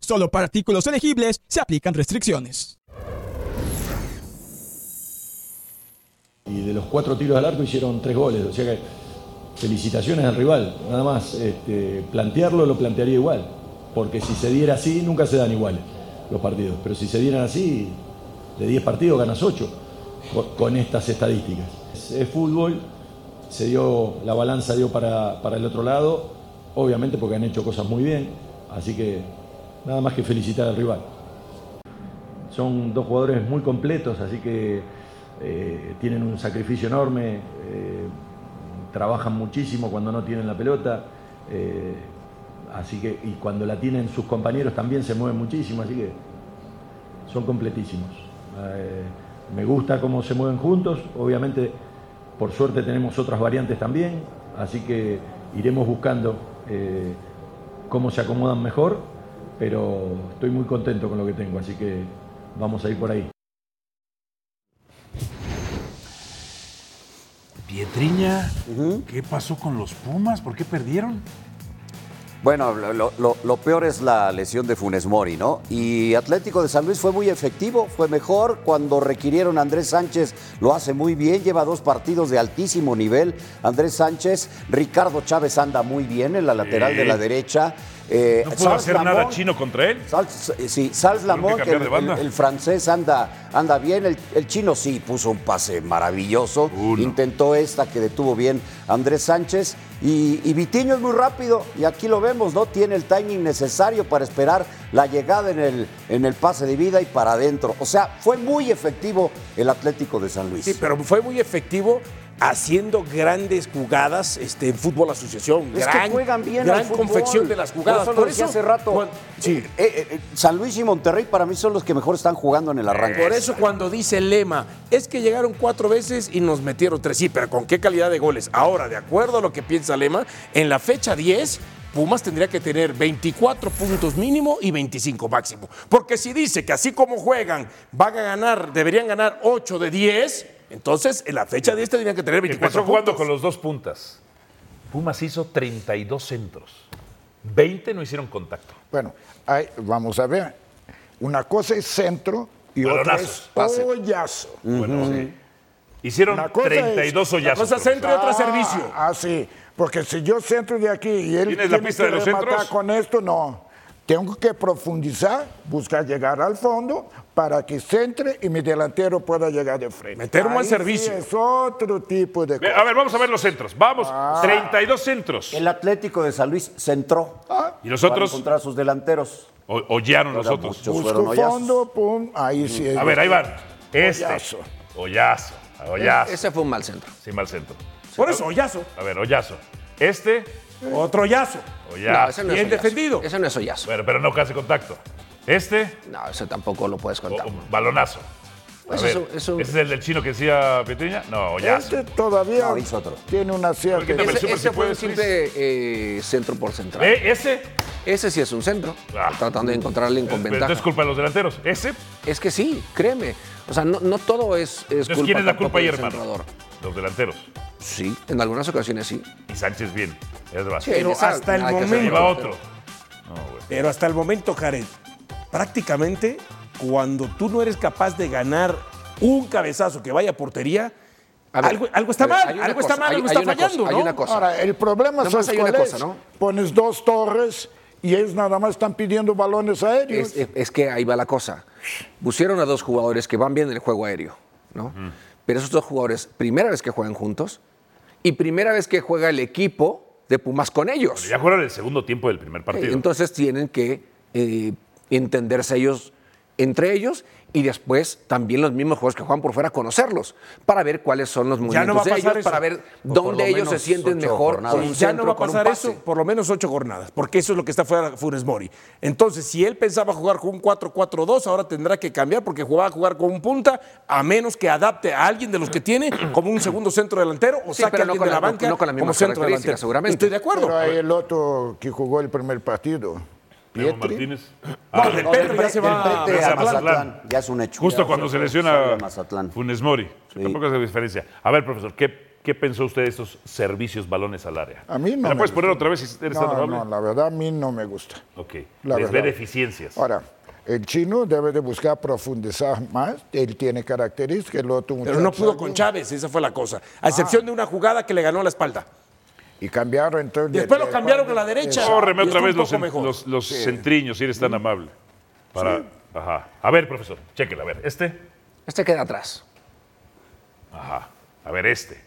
Speaker 10: Solo para artículos elegibles se aplican restricciones.
Speaker 11: Y de los cuatro tiros al arco hicieron tres goles. O sea que felicitaciones al rival. Nada más este, plantearlo lo plantearía igual. Porque si se diera así, nunca se dan iguales los partidos. Pero si se dieran así, de 10 partidos ganas 8 con, con estas estadísticas. Es, es fútbol, se dio, la balanza dio para, para el otro lado, obviamente porque han hecho cosas muy bien. Así que nada más que felicitar al rival son dos jugadores muy completos, así que eh, tienen un sacrificio enorme, eh, trabajan muchísimo cuando no tienen la pelota, eh, así que y cuando la tienen sus compañeros también se mueven muchísimo, así que son completísimos. Eh, me gusta cómo se mueven juntos, obviamente por suerte tenemos otras variantes también, así que iremos buscando eh, cómo se acomodan mejor, pero estoy muy contento con lo que tengo, así que vamos a ir por ahí.
Speaker 12: Pietriña, ¿qué pasó con los Pumas? ¿Por qué perdieron?
Speaker 2: Bueno, lo, lo- lo- lo peor es la lesión de Funes Mori, ¿no? Y Atlético de San Luis fue muy efectivo, fue mejor. Cuando requirieron a Andrés Sánchez, lo hace muy bien. Lleva dos partidos de altísimo nivel. Andrés Sánchez, Ricardo Chávez anda muy bien en la lateral de la derecha. Eh,
Speaker 1: No pudo
Speaker 2: Charles
Speaker 1: hacer nada
Speaker 2: Lamont-
Speaker 1: chino contra él.
Speaker 2: Sal- sí, Sals Lamont,
Speaker 1: que
Speaker 2: que el,
Speaker 1: cambiar de banda.
Speaker 2: el- el francés anda, anda bien, el, el chino sí puso un pase maravilloso,
Speaker 1: Uh,
Speaker 2: intentó esta que detuvo bien Andrés Sánchez y, y Vitiño es muy rápido y aquí lo vemos, ¿no? Tiene el timing necesario para esperar la llegada en el, en el pase de vida y para adentro. O sea, fue muy efectivo el Atlético de San Luis.
Speaker 5: Sí, pero fue muy efectivo haciendo grandes jugadas este, en fútbol asociación.
Speaker 2: Es
Speaker 5: gran,
Speaker 2: que juegan bien
Speaker 5: gran
Speaker 2: al fútbol.
Speaker 5: confección de las jugadas.
Speaker 2: Por eso, lo decía hace rato.
Speaker 5: cuan- sí.
Speaker 2: Eh, eh, eh, San Luis y Monterrey para mí son los que mejor están jugando en el arranque.
Speaker 5: Por eso cuando dice el lema, es que llegaron cuatro veces y nos metieron tres. Sí, pero ¿con qué calidad de goles? Ahora, de acuerdo a lo que piensa Lema, en la fecha 10, Pumas tendría que tener 24 puntos mínimo y 25 máximo. Porque si dice que así como juegan, van a ganar, deberían ganar 8 de 10, entonces en la fecha 10 tendrían que tener 24
Speaker 1: Empezó jugando
Speaker 5: puntos.
Speaker 1: con los dos puntas. Pumas hizo 32 centros. 20 no hicieron contacto.
Speaker 4: Bueno, ahí vamos a ver. Una cosa es centro y otra es
Speaker 1: Balonazos, pase.
Speaker 4: hoyazo.
Speaker 1: Bueno, sí. Hicieron
Speaker 4: Una cosa es-
Speaker 1: 32 hoyazos.
Speaker 5: cosa
Speaker 1: profesor.
Speaker 5: centro y otra servicio.
Speaker 4: Ah, sí. Porque si yo centro de aquí y él
Speaker 1: ¿Tienes la
Speaker 4: tiene
Speaker 1: pista
Speaker 4: que
Speaker 1: de los
Speaker 4: rematar
Speaker 1: centros?
Speaker 4: con esto, no. Tengo que profundizar, buscar llegar al fondo para que centre y mi delantero pueda llegar de frente.
Speaker 5: Meter un buen
Speaker 4: Ahí
Speaker 5: servicio.
Speaker 4: Sí es otro tipo de
Speaker 1: Ve,
Speaker 4: cosa.
Speaker 1: A ver, vamos a ver los centros. Vamos,
Speaker 3: Ah.
Speaker 1: 32 centros.
Speaker 2: El Atlético de San Luis centró
Speaker 4: Ah.
Speaker 1: ¿Y los
Speaker 2: para
Speaker 1: otros?
Speaker 2: encontrar a sus delanteros.
Speaker 1: O- Hollaron los
Speaker 2: Ahora
Speaker 1: otros.
Speaker 2: muchos fueron
Speaker 4: Busco
Speaker 2: hoyazos.
Speaker 4: fondo, pum, ahí sí.
Speaker 1: A ver, ahí van. Este.
Speaker 4: Hoyazo.
Speaker 1: Hoyazo. Hoyazo.
Speaker 3: E-, Ese fue un mal centro.
Speaker 1: Sí, mal centro.
Speaker 5: Por eso, hoyazo,
Speaker 1: A ver, hoyazo. Este,
Speaker 5: otro hoyazo.
Speaker 3: No,
Speaker 1: hoyazo.
Speaker 3: ese no es
Speaker 5: Bien
Speaker 3: hoyazo.
Speaker 5: defendido.
Speaker 3: Ese no es hoyazo.
Speaker 1: Bueno, pero no casi contacto. Este,
Speaker 3: No, ese tampoco lo puedes
Speaker 1: o-
Speaker 3: contar.
Speaker 1: o balonazo. A
Speaker 3: Eso
Speaker 1: ver,
Speaker 3: es un- es un-
Speaker 1: ¿Ese es el del chino que decía Petriña? No, hoyazo.
Speaker 4: Este todavía
Speaker 2: No, hizo otro.
Speaker 4: tiene una cierta...
Speaker 1: Ahorita me
Speaker 3: Ese,
Speaker 1: Super,
Speaker 3: ese
Speaker 1: si
Speaker 3: fue un
Speaker 1: puedes,
Speaker 3: simple eh, centro por central.
Speaker 1: ¿Ve? ¿Eh? ¿Ese?
Speaker 3: Ese sí es un centro.
Speaker 1: Ah.
Speaker 3: Tratando de encontrarle en
Speaker 1: Pero no es
Speaker 3: ventaja.
Speaker 1: culpa de los delanteros. Ese,
Speaker 3: Es que sí, créeme. O sea, no, no todo es, es
Speaker 1: entonces,
Speaker 3: culpa
Speaker 1: ¿quién es la
Speaker 3: tampoco
Speaker 1: culpa ahí,
Speaker 3: del
Speaker 1: hermano?
Speaker 3: centrador.
Speaker 1: Los delanteros.
Speaker 3: Sí, en algunas ocasiones sí.
Speaker 1: Y Sánchez bien. Es verdad.
Speaker 3: Sí, ah. en esa
Speaker 5: hasta el
Speaker 3: hay que
Speaker 5: momento.
Speaker 1: Ahí
Speaker 3: hacerlo.
Speaker 1: va otro.
Speaker 5: Pero hasta el momento, Jared, prácticamente
Speaker 7: cuando tú no eres capaz de ganar un cabezazo que vaya a portería, algo, algo
Speaker 3: Eh,
Speaker 7: está mal, algo está mal, algo está fallando, ¿no?
Speaker 4: Ahora, el problema es
Speaker 7: Nada más hay una cosa,
Speaker 4: ¿no? Pones dos torres y ellos nada más están pidiendo balones aéreos.
Speaker 3: Es, es- es que ahí va la cosa. Pusieron a dos jugadores que van bien en el juego aéreo, ¿no? Pero esos dos jugadores, primera vez que juegan juntos y primera vez que juega el equipo de Pumas con ellos. Eh,
Speaker 1: Ya jugaron el segundo tiempo del primer partido.
Speaker 3: Entonces tienen que eh, entenderse ellos entre ellos y después también los mismos jugadores que juegan por fuera conocerlos para ver cuáles son los
Speaker 7: Ya
Speaker 3: movimientos
Speaker 7: no va a
Speaker 3: de
Speaker 7: pasar
Speaker 3: ellos,
Speaker 7: eso.
Speaker 3: para ver dónde ellos se sienten mejor con un
Speaker 7: ya no
Speaker 3: centro,
Speaker 7: va a
Speaker 3: con un
Speaker 7: pasar
Speaker 3: pase.
Speaker 7: eso por lo menos ocho jornadas, porque eso es lo que está fuera Funes Mori. Entonces, si él pensaba jugar con un 4-4-2, ahora tendrá que cambiar porque va a jugar con un punta, a menos que adapte a alguien de los que tiene como un segundo centro delantero o
Speaker 3: Sí,
Speaker 7: saque a
Speaker 3: pero no
Speaker 7: alguien
Speaker 3: con
Speaker 7: de la
Speaker 3: la-
Speaker 7: banca
Speaker 3: no con las
Speaker 7: como
Speaker 3: mismas
Speaker 7: centro
Speaker 3: características,
Speaker 7: delantero.
Speaker 3: seguramente.
Speaker 7: Estoy de acuerdo.
Speaker 4: Pero hay el otro que jugó el primer partido.
Speaker 1: Pedro
Speaker 4: Pietri.
Speaker 1: Martínez. Ah,
Speaker 4: No, del Pedro
Speaker 2: ya se va
Speaker 4: a
Speaker 1: Regresa
Speaker 2: Mazatlán. Ya es un hecho.
Speaker 1: Justo
Speaker 2: Ya
Speaker 1: cuando
Speaker 2: se-
Speaker 1: se
Speaker 2: sale
Speaker 1: lesiona
Speaker 2: a Mazatlán.
Speaker 1: Funes Mori. Tampoco hace diferencia. A ver, profesor, ¿qué, qué pensó usted de estos servicios balones al área?
Speaker 4: A mí no.
Speaker 1: ¿Me la
Speaker 4: me
Speaker 1: puedes poner
Speaker 4: gusta.
Speaker 1: otra vez si eres tan
Speaker 4: no,
Speaker 1: amable?
Speaker 4: no, la verdad a mí no me gusta.
Speaker 1: Ok.
Speaker 4: La
Speaker 1: Les ve
Speaker 4: verdad.
Speaker 1: deficiencias.
Speaker 4: Ahora, el chino debe de buscar profundizar más. Él tiene características, el otro
Speaker 7: Pero no
Speaker 4: muchacho
Speaker 7: pudo con Chávez, esa fue la cosa. A excepción de una jugada que le ganó la espalda.
Speaker 4: Y cambiaron entonces.
Speaker 7: Después lo
Speaker 4: de-
Speaker 7: cambiaron a la derecha.
Speaker 1: Córreme
Speaker 7: Y
Speaker 1: otra
Speaker 7: estuvo
Speaker 1: vez
Speaker 7: un
Speaker 1: los,
Speaker 7: poco
Speaker 1: en-
Speaker 7: mejor.
Speaker 1: los, los
Speaker 7: Sí.
Speaker 1: centriños, si eres tan amable. Para, Ajá. A ver, profesor, chéquela. A ver, este.
Speaker 3: Este queda atrás.
Speaker 1: Ajá. A ver, este.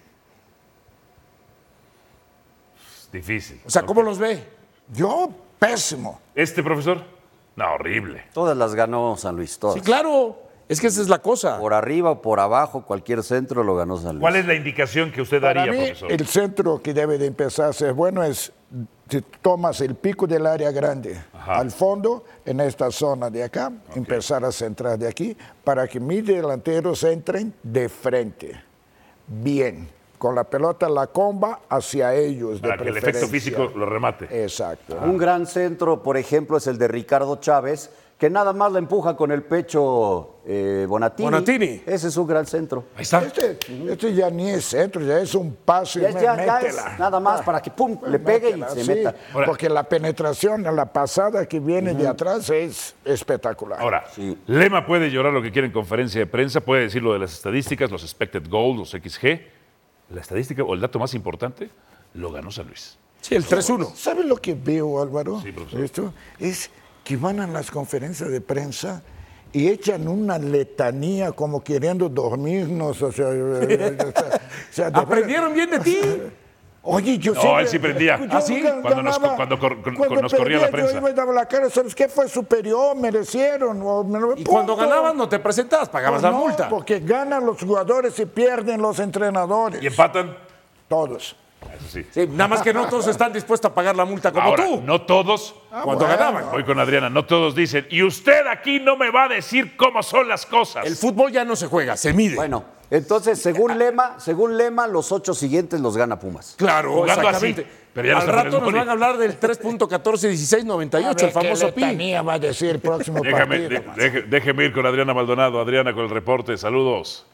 Speaker 1: Es difícil.
Speaker 7: O sea, ¿cómo los ve?
Speaker 4: Yo, pésimo.
Speaker 1: ¿Este, profesor? No, horrible.
Speaker 2: Todas las ganó San Luis, todas.
Speaker 7: Sí, claro. Es que esa es la cosa.
Speaker 2: Por arriba o por abajo, cualquier centro lo ganó San Luis.
Speaker 1: ¿Cuál es la indicación que usted
Speaker 4: Para
Speaker 1: daría,
Speaker 4: mí,
Speaker 1: profesor?
Speaker 4: el centro que debe de empezar a ser bueno es si tomas el pico del área grande al fondo, en esta zona de acá, empezar a centrar de aquí para que mis delanteros entren de frente, bien, con la pelota la comba hacia ellos de
Speaker 1: Para que el efecto
Speaker 4: preferencia.
Speaker 1: físico lo remate.
Speaker 4: Exacto.
Speaker 2: Un gran centro, por ejemplo, es el de Ricardo Chávez, que nada más la empuja con el pecho eh, Bonatini.
Speaker 7: Bonatini.
Speaker 2: Ese es un gran centro.
Speaker 1: Ahí está.
Speaker 4: Este, este ya ni es centro, ya es un paso y
Speaker 2: Ya,
Speaker 4: me-
Speaker 2: ya- ya es
Speaker 4: métela.
Speaker 2: nada más para que pum, le pegue y
Speaker 4: Métela,
Speaker 2: se
Speaker 4: sí,
Speaker 2: meta.
Speaker 1: Ahora-
Speaker 4: Porque la penetración, la pasada que viene de atrás es espectacular.
Speaker 1: Ahora, Lema puede llorar lo que quiera en conferencia de prensa, puede decir lo de las estadísticas, los expected goals, los XG. La estadística o el dato más importante lo ganó San Luis.
Speaker 7: Sí, el 3-1.
Speaker 4: ¿Sabe lo que veo, Álvaro?
Speaker 1: Sí, profesor.
Speaker 4: Esto es que van a las conferencias de prensa y echan una letanía como queriendo dormirnos. O sea, [LAUGHS] o sea, de
Speaker 7: Aprendieron bien de ti.
Speaker 4: Oye, yo
Speaker 1: No,
Speaker 4: siempre-
Speaker 1: él sí prendía.
Speaker 7: Pues
Speaker 4: yo
Speaker 1: ¿Ah, sí?
Speaker 4: nunca
Speaker 1: Cuando nos-
Speaker 4: ganaba.
Speaker 1: cuando cor- con-
Speaker 4: Cuando
Speaker 1: nos corría la
Speaker 4: perdía,
Speaker 1: prensa.
Speaker 4: Yo iba y daba la cara, ¿sabes qué? Fue superior, merecieron. o me lo-
Speaker 7: Y cuando
Speaker 4: punto.
Speaker 7: ganabas no te presentabas, pagabas
Speaker 4: Pues
Speaker 7: la
Speaker 4: no,
Speaker 7: multa.
Speaker 4: Porque ganan los jugadores y pierden los entrenadores.
Speaker 1: Y empatan.
Speaker 4: Todos.
Speaker 1: Eso sí.
Speaker 7: Sí, nada más que no todos están dispuestos a pagar la multa como
Speaker 1: Ahora,
Speaker 7: tú. Ah,
Speaker 1: no todos.
Speaker 7: cuando
Speaker 4: bueno.
Speaker 7: ganaban.
Speaker 1: Voy con Adriana, no todos dicen. Y usted aquí no me va a decir cómo son las cosas.
Speaker 7: El fútbol ya no se juega, se mide.
Speaker 2: Bueno, entonces, según Lema, según Lema, los ocho siguientes los gana Pumas.
Speaker 7: claro,
Speaker 1: jugando
Speaker 7: Pues, exactamente.
Speaker 1: así, pero ya no
Speaker 7: Al
Speaker 1: se
Speaker 7: rato
Speaker 1: ponen
Speaker 7: nos
Speaker 1: gol.
Speaker 7: van a hablar del 3.141698, el famoso PI.
Speaker 4: Letanía va a decir el próximo
Speaker 1: Déjame,
Speaker 4: partido.
Speaker 1: de- deje- déjeme ir con Adriana Maldonado. Adriana, con el reporte. Saludos.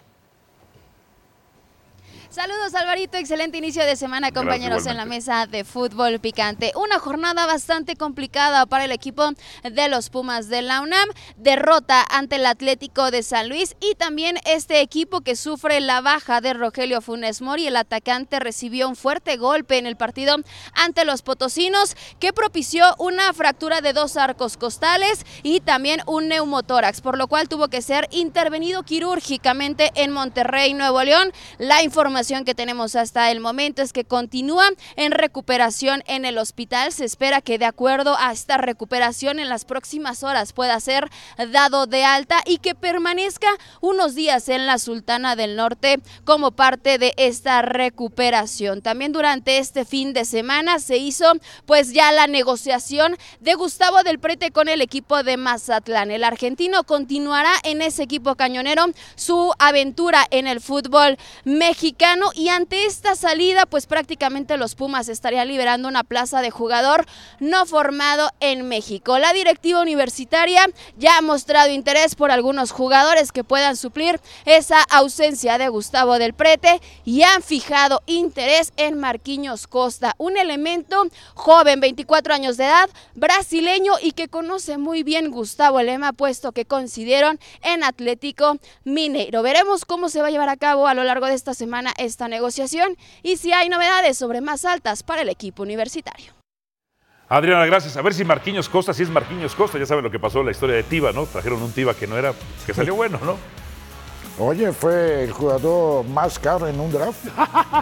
Speaker 13: Saludos Alvarito, excelente inicio de semana
Speaker 1: Gracias,
Speaker 13: compañeros en la
Speaker 1: igualmente.
Speaker 13: mesa de fútbol picante. Una jornada bastante complicada para el equipo de los Pumas de la UNAM, derrota ante el Atlético de San Luis y también este equipo que sufre la baja de Rogelio Funes Mori, el atacante recibió un fuerte golpe en el partido ante los potosinos que propició una fractura de dos arcos costales y también un neumotórax, por lo cual tuvo que ser intervenido quirúrgicamente en Monterrey, Nuevo León. La información que tenemos hasta el momento es que continúa en recuperación en el hospital. Se espera que de acuerdo a esta recuperación en las próximas horas pueda ser dado de alta y que permanezca unos días en la Sultana del Norte como parte de esta recuperación. También durante este fin de semana se hizo pues ya la negociación de Gustavo del Prete con el equipo de Mazatlán. El argentino continuará en ese equipo cañonero su aventura en el fútbol mexicano mexicano y ante esta salida pues prácticamente los Pumas estarían liberando una plaza de jugador no formado en México. La directiva universitaria ya ha mostrado interés por algunos jugadores que puedan suplir esa ausencia de Gustavo del Prete y han fijado interés en Marquinhos Costa, un elemento joven, 24 años de edad, brasileño y que conoce muy bien Gustavo Lema, puesto que coincidieron en Atlético Mineiro. Veremos cómo se va a llevar a cabo a lo largo de esta semana esta negociación y si hay novedades sobre más altas para el equipo universitario.
Speaker 1: Adriana, gracias. A ver si Marquinhos Costa, si es Marquinhos Costa, ya saben lo que pasó en la historia de Tiva, ¿no? Trajeron un Tiva que no era, que
Speaker 7: [LAUGHS]
Speaker 1: salió bueno, ¿no?
Speaker 4: Oye, fue el jugador más caro en un draft.
Speaker 7: [LAUGHS]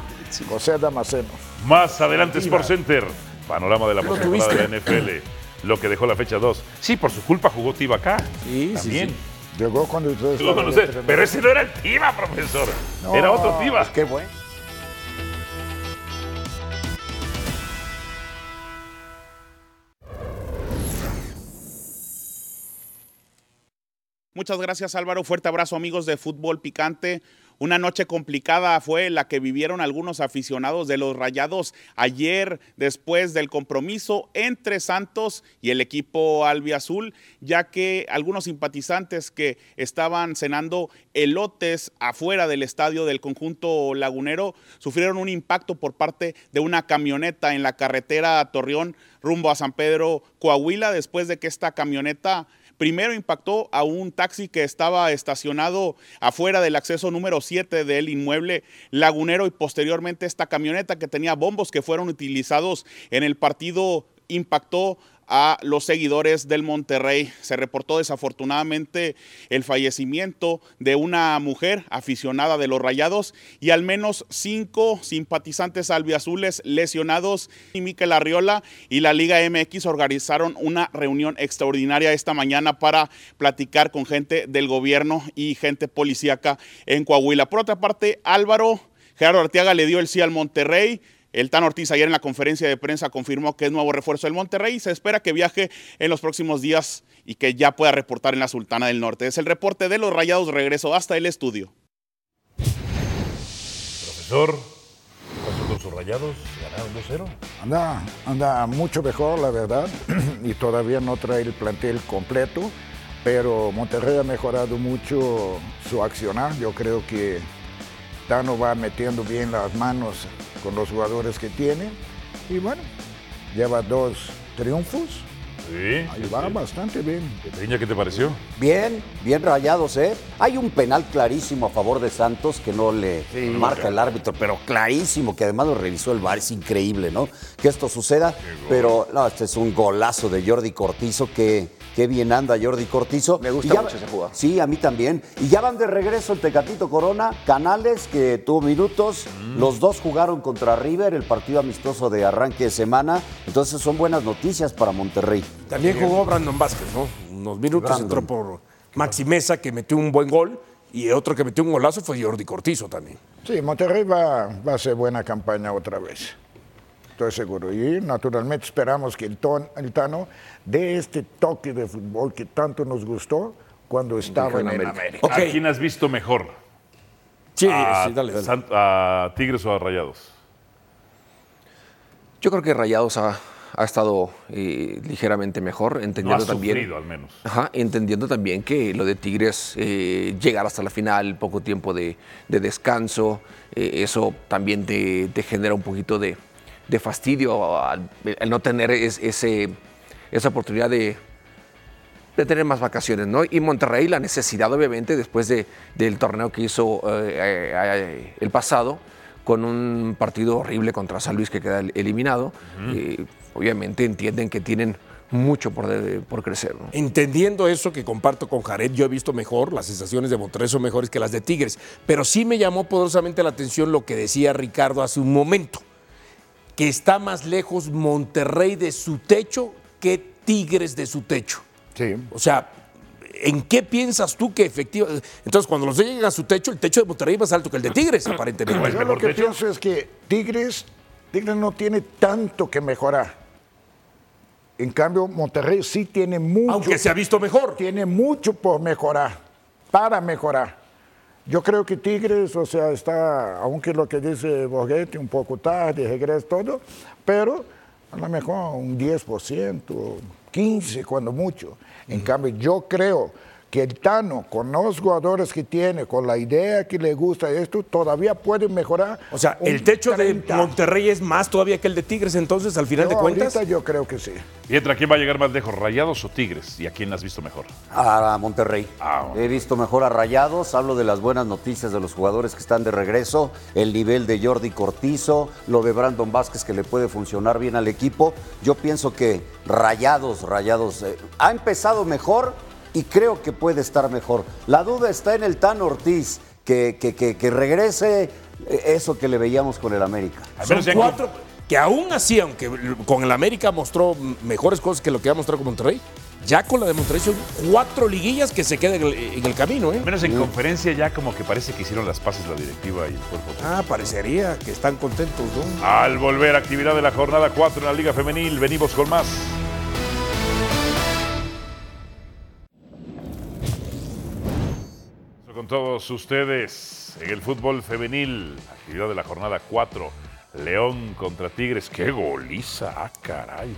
Speaker 4: José Damasceno.
Speaker 1: Más adelante Sport Center, panorama de la
Speaker 4: Lo
Speaker 1: postemporada de la
Speaker 4: tuviste.
Speaker 1: NFL, lo que dejó la fecha 2. Sí, por su culpa jugó Tiva acá. Sí, También.
Speaker 4: Llegó cuando ustedes.
Speaker 1: Llegó con
Speaker 4: estaban
Speaker 1: ustedes,
Speaker 4: entrenando.
Speaker 1: pero ese no era el Tiva, profesor. era otro
Speaker 4: No,
Speaker 1: Tiva.
Speaker 4: Qué bueno.
Speaker 14: Muchas gracias Álvaro, fuerte abrazo amigos de Fútbol Picante. Una noche complicada fue la que vivieron algunos aficionados de los Rayados ayer después del compromiso entre Santos y el equipo albiazul, ya que algunos simpatizantes que estaban cenando elotes afuera del estadio del conjunto lagunero sufrieron un impacto por parte de una camioneta en la carretera Torreón rumbo a San Pedro Coahuila después de que esta camioneta Primero impactó a un taxi que estaba estacionado afuera del acceso número 7 del inmueble lagunero y posteriormente esta camioneta que tenía bombos que fueron utilizados en el partido impactó a los seguidores del Monterrey. Se reportó desafortunadamente el fallecimiento de una mujer aficionada de los Rayados y al menos cinco simpatizantes albiazules lesionados. Y Miquel Arriola y la Liga MX organizaron una reunión extraordinaria esta mañana para platicar con gente del gobierno y gente policíaca en Coahuila. Por otra parte, Álvaro Gerardo Arteaga le dio el sí al Monterrey. El Tan Ortiz ayer en la conferencia de prensa confirmó que es nuevo refuerzo del Monterrey y se espera que viaje en los próximos días y que ya pueda reportar en la Sultana del Norte. Es el reporte de los Rayados. Regreso hasta el estudio.
Speaker 1: Profesor, pasó con sus rayados, ganaron 2-0.
Speaker 4: Anda, anda mucho mejor, la verdad, [CLEARS THROAT] y todavía no trae el plantel completo, pero Monterrey ha mejorado mucho su accionar. Yo creo que Tano va metiendo bien las manos con los jugadores que tiene, y bueno, lleva dos triunfos.
Speaker 1: Sí.
Speaker 4: Ahí va bastante bien.
Speaker 1: Peña, ¿qué te pareció?
Speaker 2: Bien, bien rayados, ¿eh? Hay un penal clarísimo a favor de Santos que no le marca el árbitro, pero clarísimo, que además lo revisó el VAR. Es increíble, ¿no? Que esto suceda, pero no, este es un golazo de Jordi Cortizo que... Qué bien anda Jordi Cortizo. Me
Speaker 15: gusta mucho ese jugador.
Speaker 2: Sí, a mí también. Y ya van de regreso el Tecatito Corona, Canales, que tuvo minutos.
Speaker 15: Mm.
Speaker 2: Los dos jugaron contra River, el partido amistoso de arranque de semana. Entonces son buenas noticias para Monterrey.
Speaker 7: También jugó Brandon Vázquez, ¿no? Unos minutos
Speaker 2: Brandon.
Speaker 7: entró por Maxi Mesa, que metió un buen gol, y otro que metió un golazo fue Jordi Cortizo también.
Speaker 4: Sí, Monterrey va, va a hacer buena campaña otra vez. Estoy seguro. Y naturalmente esperamos que el, ton- el Tano dé este toque de fútbol que tanto nos gustó cuando estaba en, el América.
Speaker 1: ¿A quién has visto mejor?
Speaker 4: Sí,
Speaker 1: a,
Speaker 4: sí, dale, dale.
Speaker 1: Sant- ¿A Tigres o a Rayados?
Speaker 3: Yo creo que Rayados ha, ha estado eh, ligeramente mejor, entendiendo
Speaker 1: ha
Speaker 3: también.
Speaker 1: sufrido, al menos.
Speaker 3: Ajá, entendiendo también que lo de Tigres eh, llegar hasta la final, poco tiempo de, de descanso, eh, eso también te, te genera un poquito de, de fastidio al, al no tener es- ese, esa oportunidad de, de tener más vacaciones, ¿no? Y Monterrey, la necesidad, obviamente, después de, del torneo que hizo eh, eh, eh, el pasado, con un partido horrible contra San Luis que queda el- eliminado, eh, obviamente entienden que tienen mucho por, de- por crecer, ¿no?
Speaker 7: Entendiendo eso que comparto con Jared, yo he visto mejor, las sensaciones de Monterrey son mejores que las de Tigres, pero sí me llamó poderosamente la atención lo que decía Ricardo hace un momento, que está más lejos Monterrey de su techo que Tigres de su techo.
Speaker 4: Sí.
Speaker 7: O sea, ¿en qué piensas tú que efectivamente? Entonces, cuando los dos llegan a su techo, el techo de Monterrey es más alto que el de Tigres, aparentemente.
Speaker 4: Pues Yo lo que pienso es que Tigres, Tigres no tiene tanto que mejorar. En cambio, Monterrey sí tiene mucho.
Speaker 7: Aunque se ha visto mejor.
Speaker 4: Tiene mucho por mejorar, para mejorar. Yo creo que Tigres, o sea, está, aunque lo que dice Borghetti, un poco tarde, regresa todo, pero a lo mejor un 10%, 15% cuando mucho. En cambio, yo creo que el Tano, con los jugadores que tiene, con la idea que le gusta esto, todavía puede mejorar.
Speaker 7: O sea,
Speaker 4: un
Speaker 7: el techo
Speaker 4: 30.
Speaker 7: de Monterrey es más todavía que el de Tigres, entonces, al final
Speaker 4: Yo
Speaker 7: de cuentas.
Speaker 4: ahorita yo creo que sí.
Speaker 1: Mientras, ¿quién va a llegar más lejos, Rayados o Tigres? ¿Y a quién has visto mejor?
Speaker 2: a Ah, Monterrey. He visto mejor a Rayados, hablo de las buenas noticias de los jugadores que están de regreso, el nivel de Jordi Cortizo, lo de Brandon Vázquez que le puede funcionar bien al equipo. Yo pienso que Rayados, Rayados, eh, ha empezado mejor y creo que puede estar mejor. La duda está en el Tan Ortiz, que, que- que- que regrese eh, eso que le veíamos con el América.
Speaker 7: Son cuatro que aún así, aunque con el América mostró m- mejores cosas que lo que ha mostrado con Monterrey, ya con la de Monterrey son cuatro liguillas que se quedan en el, en el camino. ¿eh?
Speaker 1: Menos en conferencia ya como que parece que hicieron las paces la directiva y el cuerpo.
Speaker 7: Ah, parecería que están contentos, ¿no?
Speaker 1: Al volver, actividad de la jornada 4 en la Liga Femenil, venimos con más. Con todos ustedes en el fútbol femenil, actividad de la jornada 4, León contra Tigres, qué goliza, ah, caray.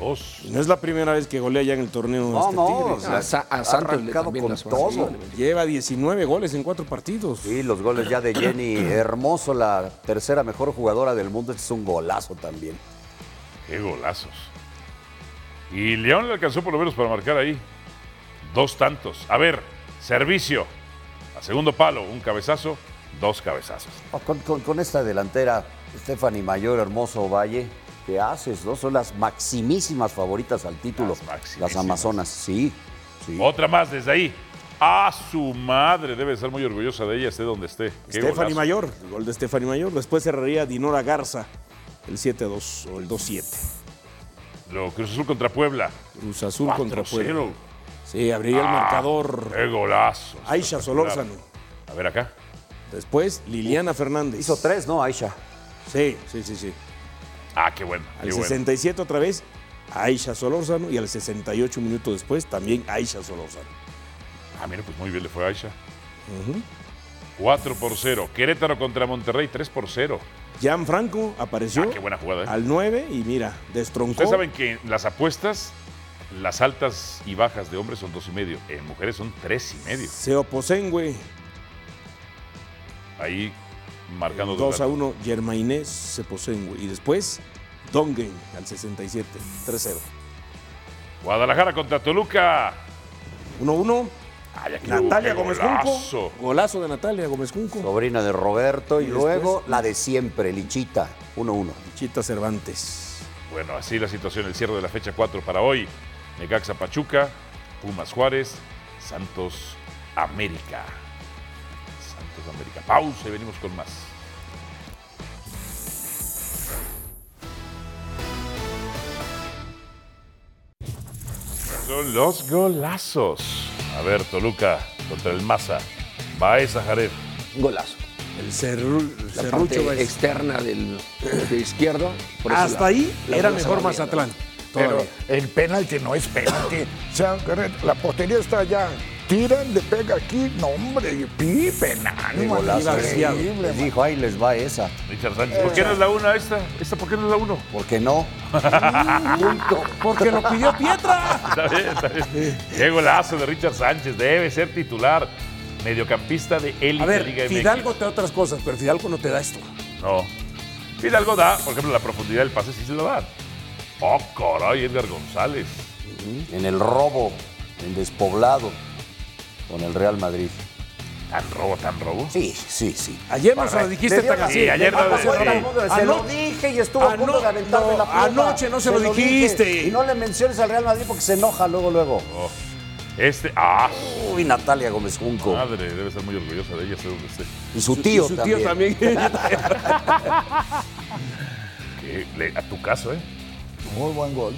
Speaker 1: 7-2.
Speaker 7: No es la primera vez que golea ya en el torneo.
Speaker 1: No,
Speaker 7: este
Speaker 1: no,
Speaker 7: Tigres.
Speaker 1: o sea, A Sa- a ha Santos le arrancado también con las- todo.
Speaker 7: Lleva 19 goles en cuatro partidos.
Speaker 2: Sí, los goles ya de Jenny Hermoso, la tercera mejor jugadora del mundo, este es un golazo también.
Speaker 1: Qué golazos. Y León le alcanzó por lo menos para marcar ahí. Dos tantos. A ver, servicio. A segundo palo, un cabezazo, dos cabezazos.
Speaker 2: No, Oh, Con, con- con esta delantera, Stephanie Mayor, Hermoso Valle, ¿qué haces? No? Son las maximísimas favoritas al título. Las, Amazonas, sí. sí.
Speaker 1: Otra más desde ahí. A su madre. Debe estar muy orgullosa de ella, esté donde esté. Qué
Speaker 7: Stephanie
Speaker 1: golazo.
Speaker 7: Mayor, el gol de Stephanie Mayor. Después cerraría Dinora Garza, el 7-2 o el 2-7.
Speaker 1: Lo Cruz Azul contra Puebla.
Speaker 7: Cruz Azul contra
Speaker 1: 4-0.
Speaker 7: Puebla. Sí, abriría el
Speaker 1: Ah,
Speaker 7: marcador.
Speaker 1: qué golazo.
Speaker 7: Aisha Solórzano.
Speaker 1: A ver acá.
Speaker 7: Después Liliana Fernández. Hizo
Speaker 2: tres, ¿no, Aisha?
Speaker 7: Sí, sí, sí, sí.
Speaker 1: Ah, qué bueno.
Speaker 7: Al
Speaker 1: Qué bueno.
Speaker 7: 67 otra vez, Aisha Solórzano. Y al 68 minutos después, también Aisha Solórzano.
Speaker 1: Ah, mira, pues muy bien le fue a Aisha. 4 por 0. Querétaro contra Monterrey, 3 por 0.
Speaker 7: Gianfranco apareció
Speaker 1: qué buena jugada, ¿eh?
Speaker 7: al 9 y mira, destroncó.
Speaker 1: Ustedes saben que en las apuestas, las altas y bajas de hombres son dos y medio, en mujeres son tres y medio.
Speaker 7: Seo Posengüe,
Speaker 1: Ahí marcando
Speaker 7: 2 a
Speaker 1: dos.
Speaker 7: 1, Germainés Seposengüe. Y después, Dongen al 67, 3-0.
Speaker 1: Guadalajara contra Toluca.
Speaker 7: 1-1. Natalia Gómez
Speaker 1: golazo.
Speaker 7: Junco. Golazo de Natalia Gómez Junco.
Speaker 2: Sobrina de Roberto y,
Speaker 7: Y
Speaker 2: luego
Speaker 7: después-
Speaker 2: la de siempre, Lichita, 1-1.
Speaker 7: Lichita Cervantes.
Speaker 1: Bueno, así la situación, el cierre de la fecha 4 para hoy. Necaxa Pachuca, Pumas Juárez, Santos América. Santos América. Pausa y venimos con más. Son los golazos. A ver, Toluca contra el Maza. Baeza Jared.
Speaker 3: Golazo.
Speaker 7: El cerru-
Speaker 3: La
Speaker 7: Cerrucho
Speaker 3: parte
Speaker 7: Baez.
Speaker 3: externa del, de izquierdo. por eso
Speaker 7: Hasta
Speaker 3: la-
Speaker 7: ahí
Speaker 3: la
Speaker 7: era
Speaker 3: bola se
Speaker 7: mejor
Speaker 3: va
Speaker 7: Mazatlán.
Speaker 4: Pero el penalti no es penalti. O sea, la portería está allá. Tiran, le pega aquí, no hombre, y pi, penal.
Speaker 2: Qué
Speaker 4: man,
Speaker 2: golazo.
Speaker 4: increíble,
Speaker 2: Les
Speaker 4: man.
Speaker 2: dijo, ahí les va esa.
Speaker 1: Richard Sánchez. ¿Por qué no es la una esta? ¿Esta por qué no es la uno?
Speaker 2: ¿Por qué no?
Speaker 7: Porque lo pidió Pietra.
Speaker 1: Está bien, está bien. Qué golazo de Richard Sánchez. Debe ser titular. Mediocampista de élite Liga
Speaker 7: A ver,
Speaker 1: MX.
Speaker 7: Fidalgo te da otras cosas, pero Fidalgo no te da esto.
Speaker 1: No. Fidalgo da, por ejemplo, la profundidad del pase sí se lo da. Oh, caray, Edgar González.
Speaker 2: En el robo, en despoblado, con el Real Madrid.
Speaker 1: ¿Tan robo, tan robo?
Speaker 2: Sí, sí, sí.
Speaker 7: Ayer nos lo dijiste tan así.
Speaker 1: Sí, ayer no- sí.
Speaker 2: Se lo
Speaker 7: Ano-
Speaker 2: dije y estuvo a punto
Speaker 7: ano-
Speaker 2: de aventarme
Speaker 7: no,
Speaker 2: la pelota.
Speaker 7: Anoche no se, lo dijiste.
Speaker 2: dije. Y no le menciones al Real Madrid porque se enoja luego, luego.
Speaker 1: Oh. Este. ¡Ah!
Speaker 2: Uy, Natalia Gómez Junco.
Speaker 1: Madre, debe estar muy orgullosa de ella, sé dónde esté.
Speaker 2: Y su tío
Speaker 7: Y su
Speaker 2: también.
Speaker 1: [LAUGHS]
Speaker 7: tío también. [LAUGHS]
Speaker 1: Que le- a tu caso, ¿eh?
Speaker 4: Muy buen gol.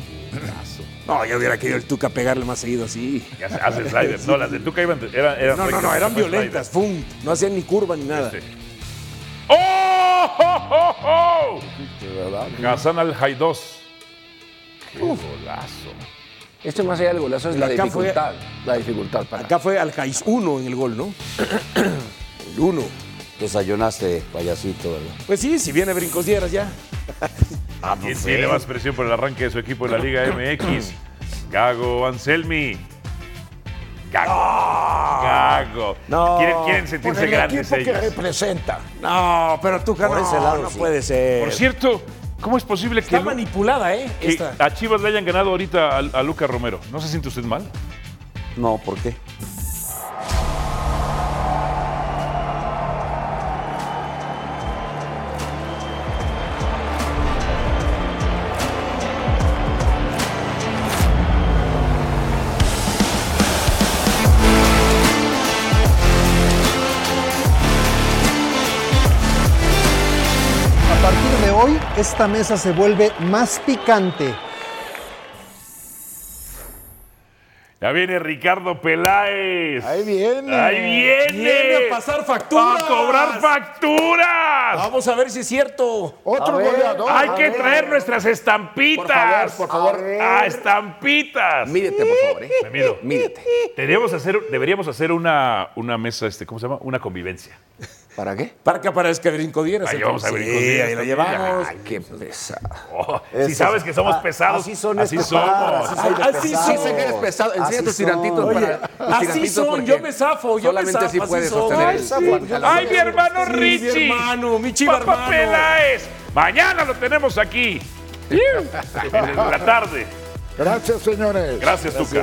Speaker 7: no, yo hubiera querido el Tuca pegarle más seguido así.
Speaker 1: Ya se hace sliders. No, las de Tuca iban. Eran, eran
Speaker 7: no, no,
Speaker 1: rectas,
Speaker 7: no, eran
Speaker 1: sliders. Este.
Speaker 7: violentas. Fum, no hacían ni curva ni nada.
Speaker 1: ¡Oh! ¡Oh! ¡Oh! Hassan al Haidós. ¡Qué golazo!
Speaker 3: Este más allá del golazo es
Speaker 7: Pero
Speaker 3: la
Speaker 7: acá fue-
Speaker 3: dificultad. La dificultad para.
Speaker 7: Acá fue al Jaiz 1 en el gol, ¿no?
Speaker 2: El uno. Desayunaste, payasito, ¿verdad?
Speaker 7: Pues sí, si viene Brincos Dieras ya.
Speaker 1: ¿Quién tiene más presión por el arranque de su equipo en la Liga MX? Gago Anselmi. Gago. Gago. Quieren, quieren sentirse
Speaker 4: Por el
Speaker 1: grandes
Speaker 4: equipo que
Speaker 1: ellos.
Speaker 4: representa.
Speaker 7: No, pero tú,
Speaker 4: Por ese lado, sí.
Speaker 1: Por cierto, ¿cómo es posible que,
Speaker 7: Está manipulada, ¿eh?
Speaker 1: que
Speaker 7: Esta.
Speaker 1: a Chivas le hayan ganado ahorita a, a Luca Romero? ¿No se siente usted mal?
Speaker 2: No, ¿por qué?
Speaker 15: A partir de hoy, esta mesa se vuelve más picante.
Speaker 1: Ya viene Ricardo Peláez. Ahí viene. Ahí viene.
Speaker 7: Viene a pasar facturas.
Speaker 1: A cobrar facturas.
Speaker 7: Vamos a ver si es cierto.
Speaker 1: A ver, Hay que traer nuestras estampitas.
Speaker 7: Por favor, por favor.
Speaker 1: A Ah, estampitas. Mídete, por favor. Me mido. Mídete. Deberíamos hacer, deberíamos hacer una, una mesa, este, ¿cómo se llama? Una convivencia.
Speaker 3: ¿Para qué?
Speaker 7: Para que aparezca Brinco Dieras.
Speaker 1: Ahí vamos a
Speaker 7: entonces.
Speaker 1: Brincos Dieras
Speaker 7: Sí, ahí la
Speaker 1: también.
Speaker 7: llevamos.
Speaker 1: Ay,
Speaker 3: qué pesado.
Speaker 1: Oh, si sabes que somos
Speaker 7: Ah,
Speaker 1: pesados,
Speaker 7: así son
Speaker 1: así
Speaker 7: estos
Speaker 1: somos.
Speaker 7: paras, así son de
Speaker 3: Así
Speaker 7: pesados.
Speaker 3: sé que eres pesado. Enseña
Speaker 7: Así
Speaker 3: tus tirantitos
Speaker 7: son.
Speaker 3: para-
Speaker 7: Oye,
Speaker 3: tus
Speaker 7: así
Speaker 3: tirantitos
Speaker 7: son,
Speaker 3: porque
Speaker 7: yo me zafo, yo me
Speaker 3: solamente
Speaker 7: zafo,
Speaker 3: así
Speaker 7: así
Speaker 3: puedes
Speaker 7: son.
Speaker 3: sostener
Speaker 7: Ay,
Speaker 3: el-
Speaker 7: sí.
Speaker 3: el-
Speaker 1: Ay, mi hermano
Speaker 7: Sí, mi
Speaker 1: Richie.
Speaker 7: hermano, mi chiva
Speaker 1: Papá
Speaker 7: hermano.
Speaker 1: Peláez. Mañana lo tenemos aquí. en la tarde.
Speaker 4: Gracias, señores.
Speaker 1: Gracias, Tuca.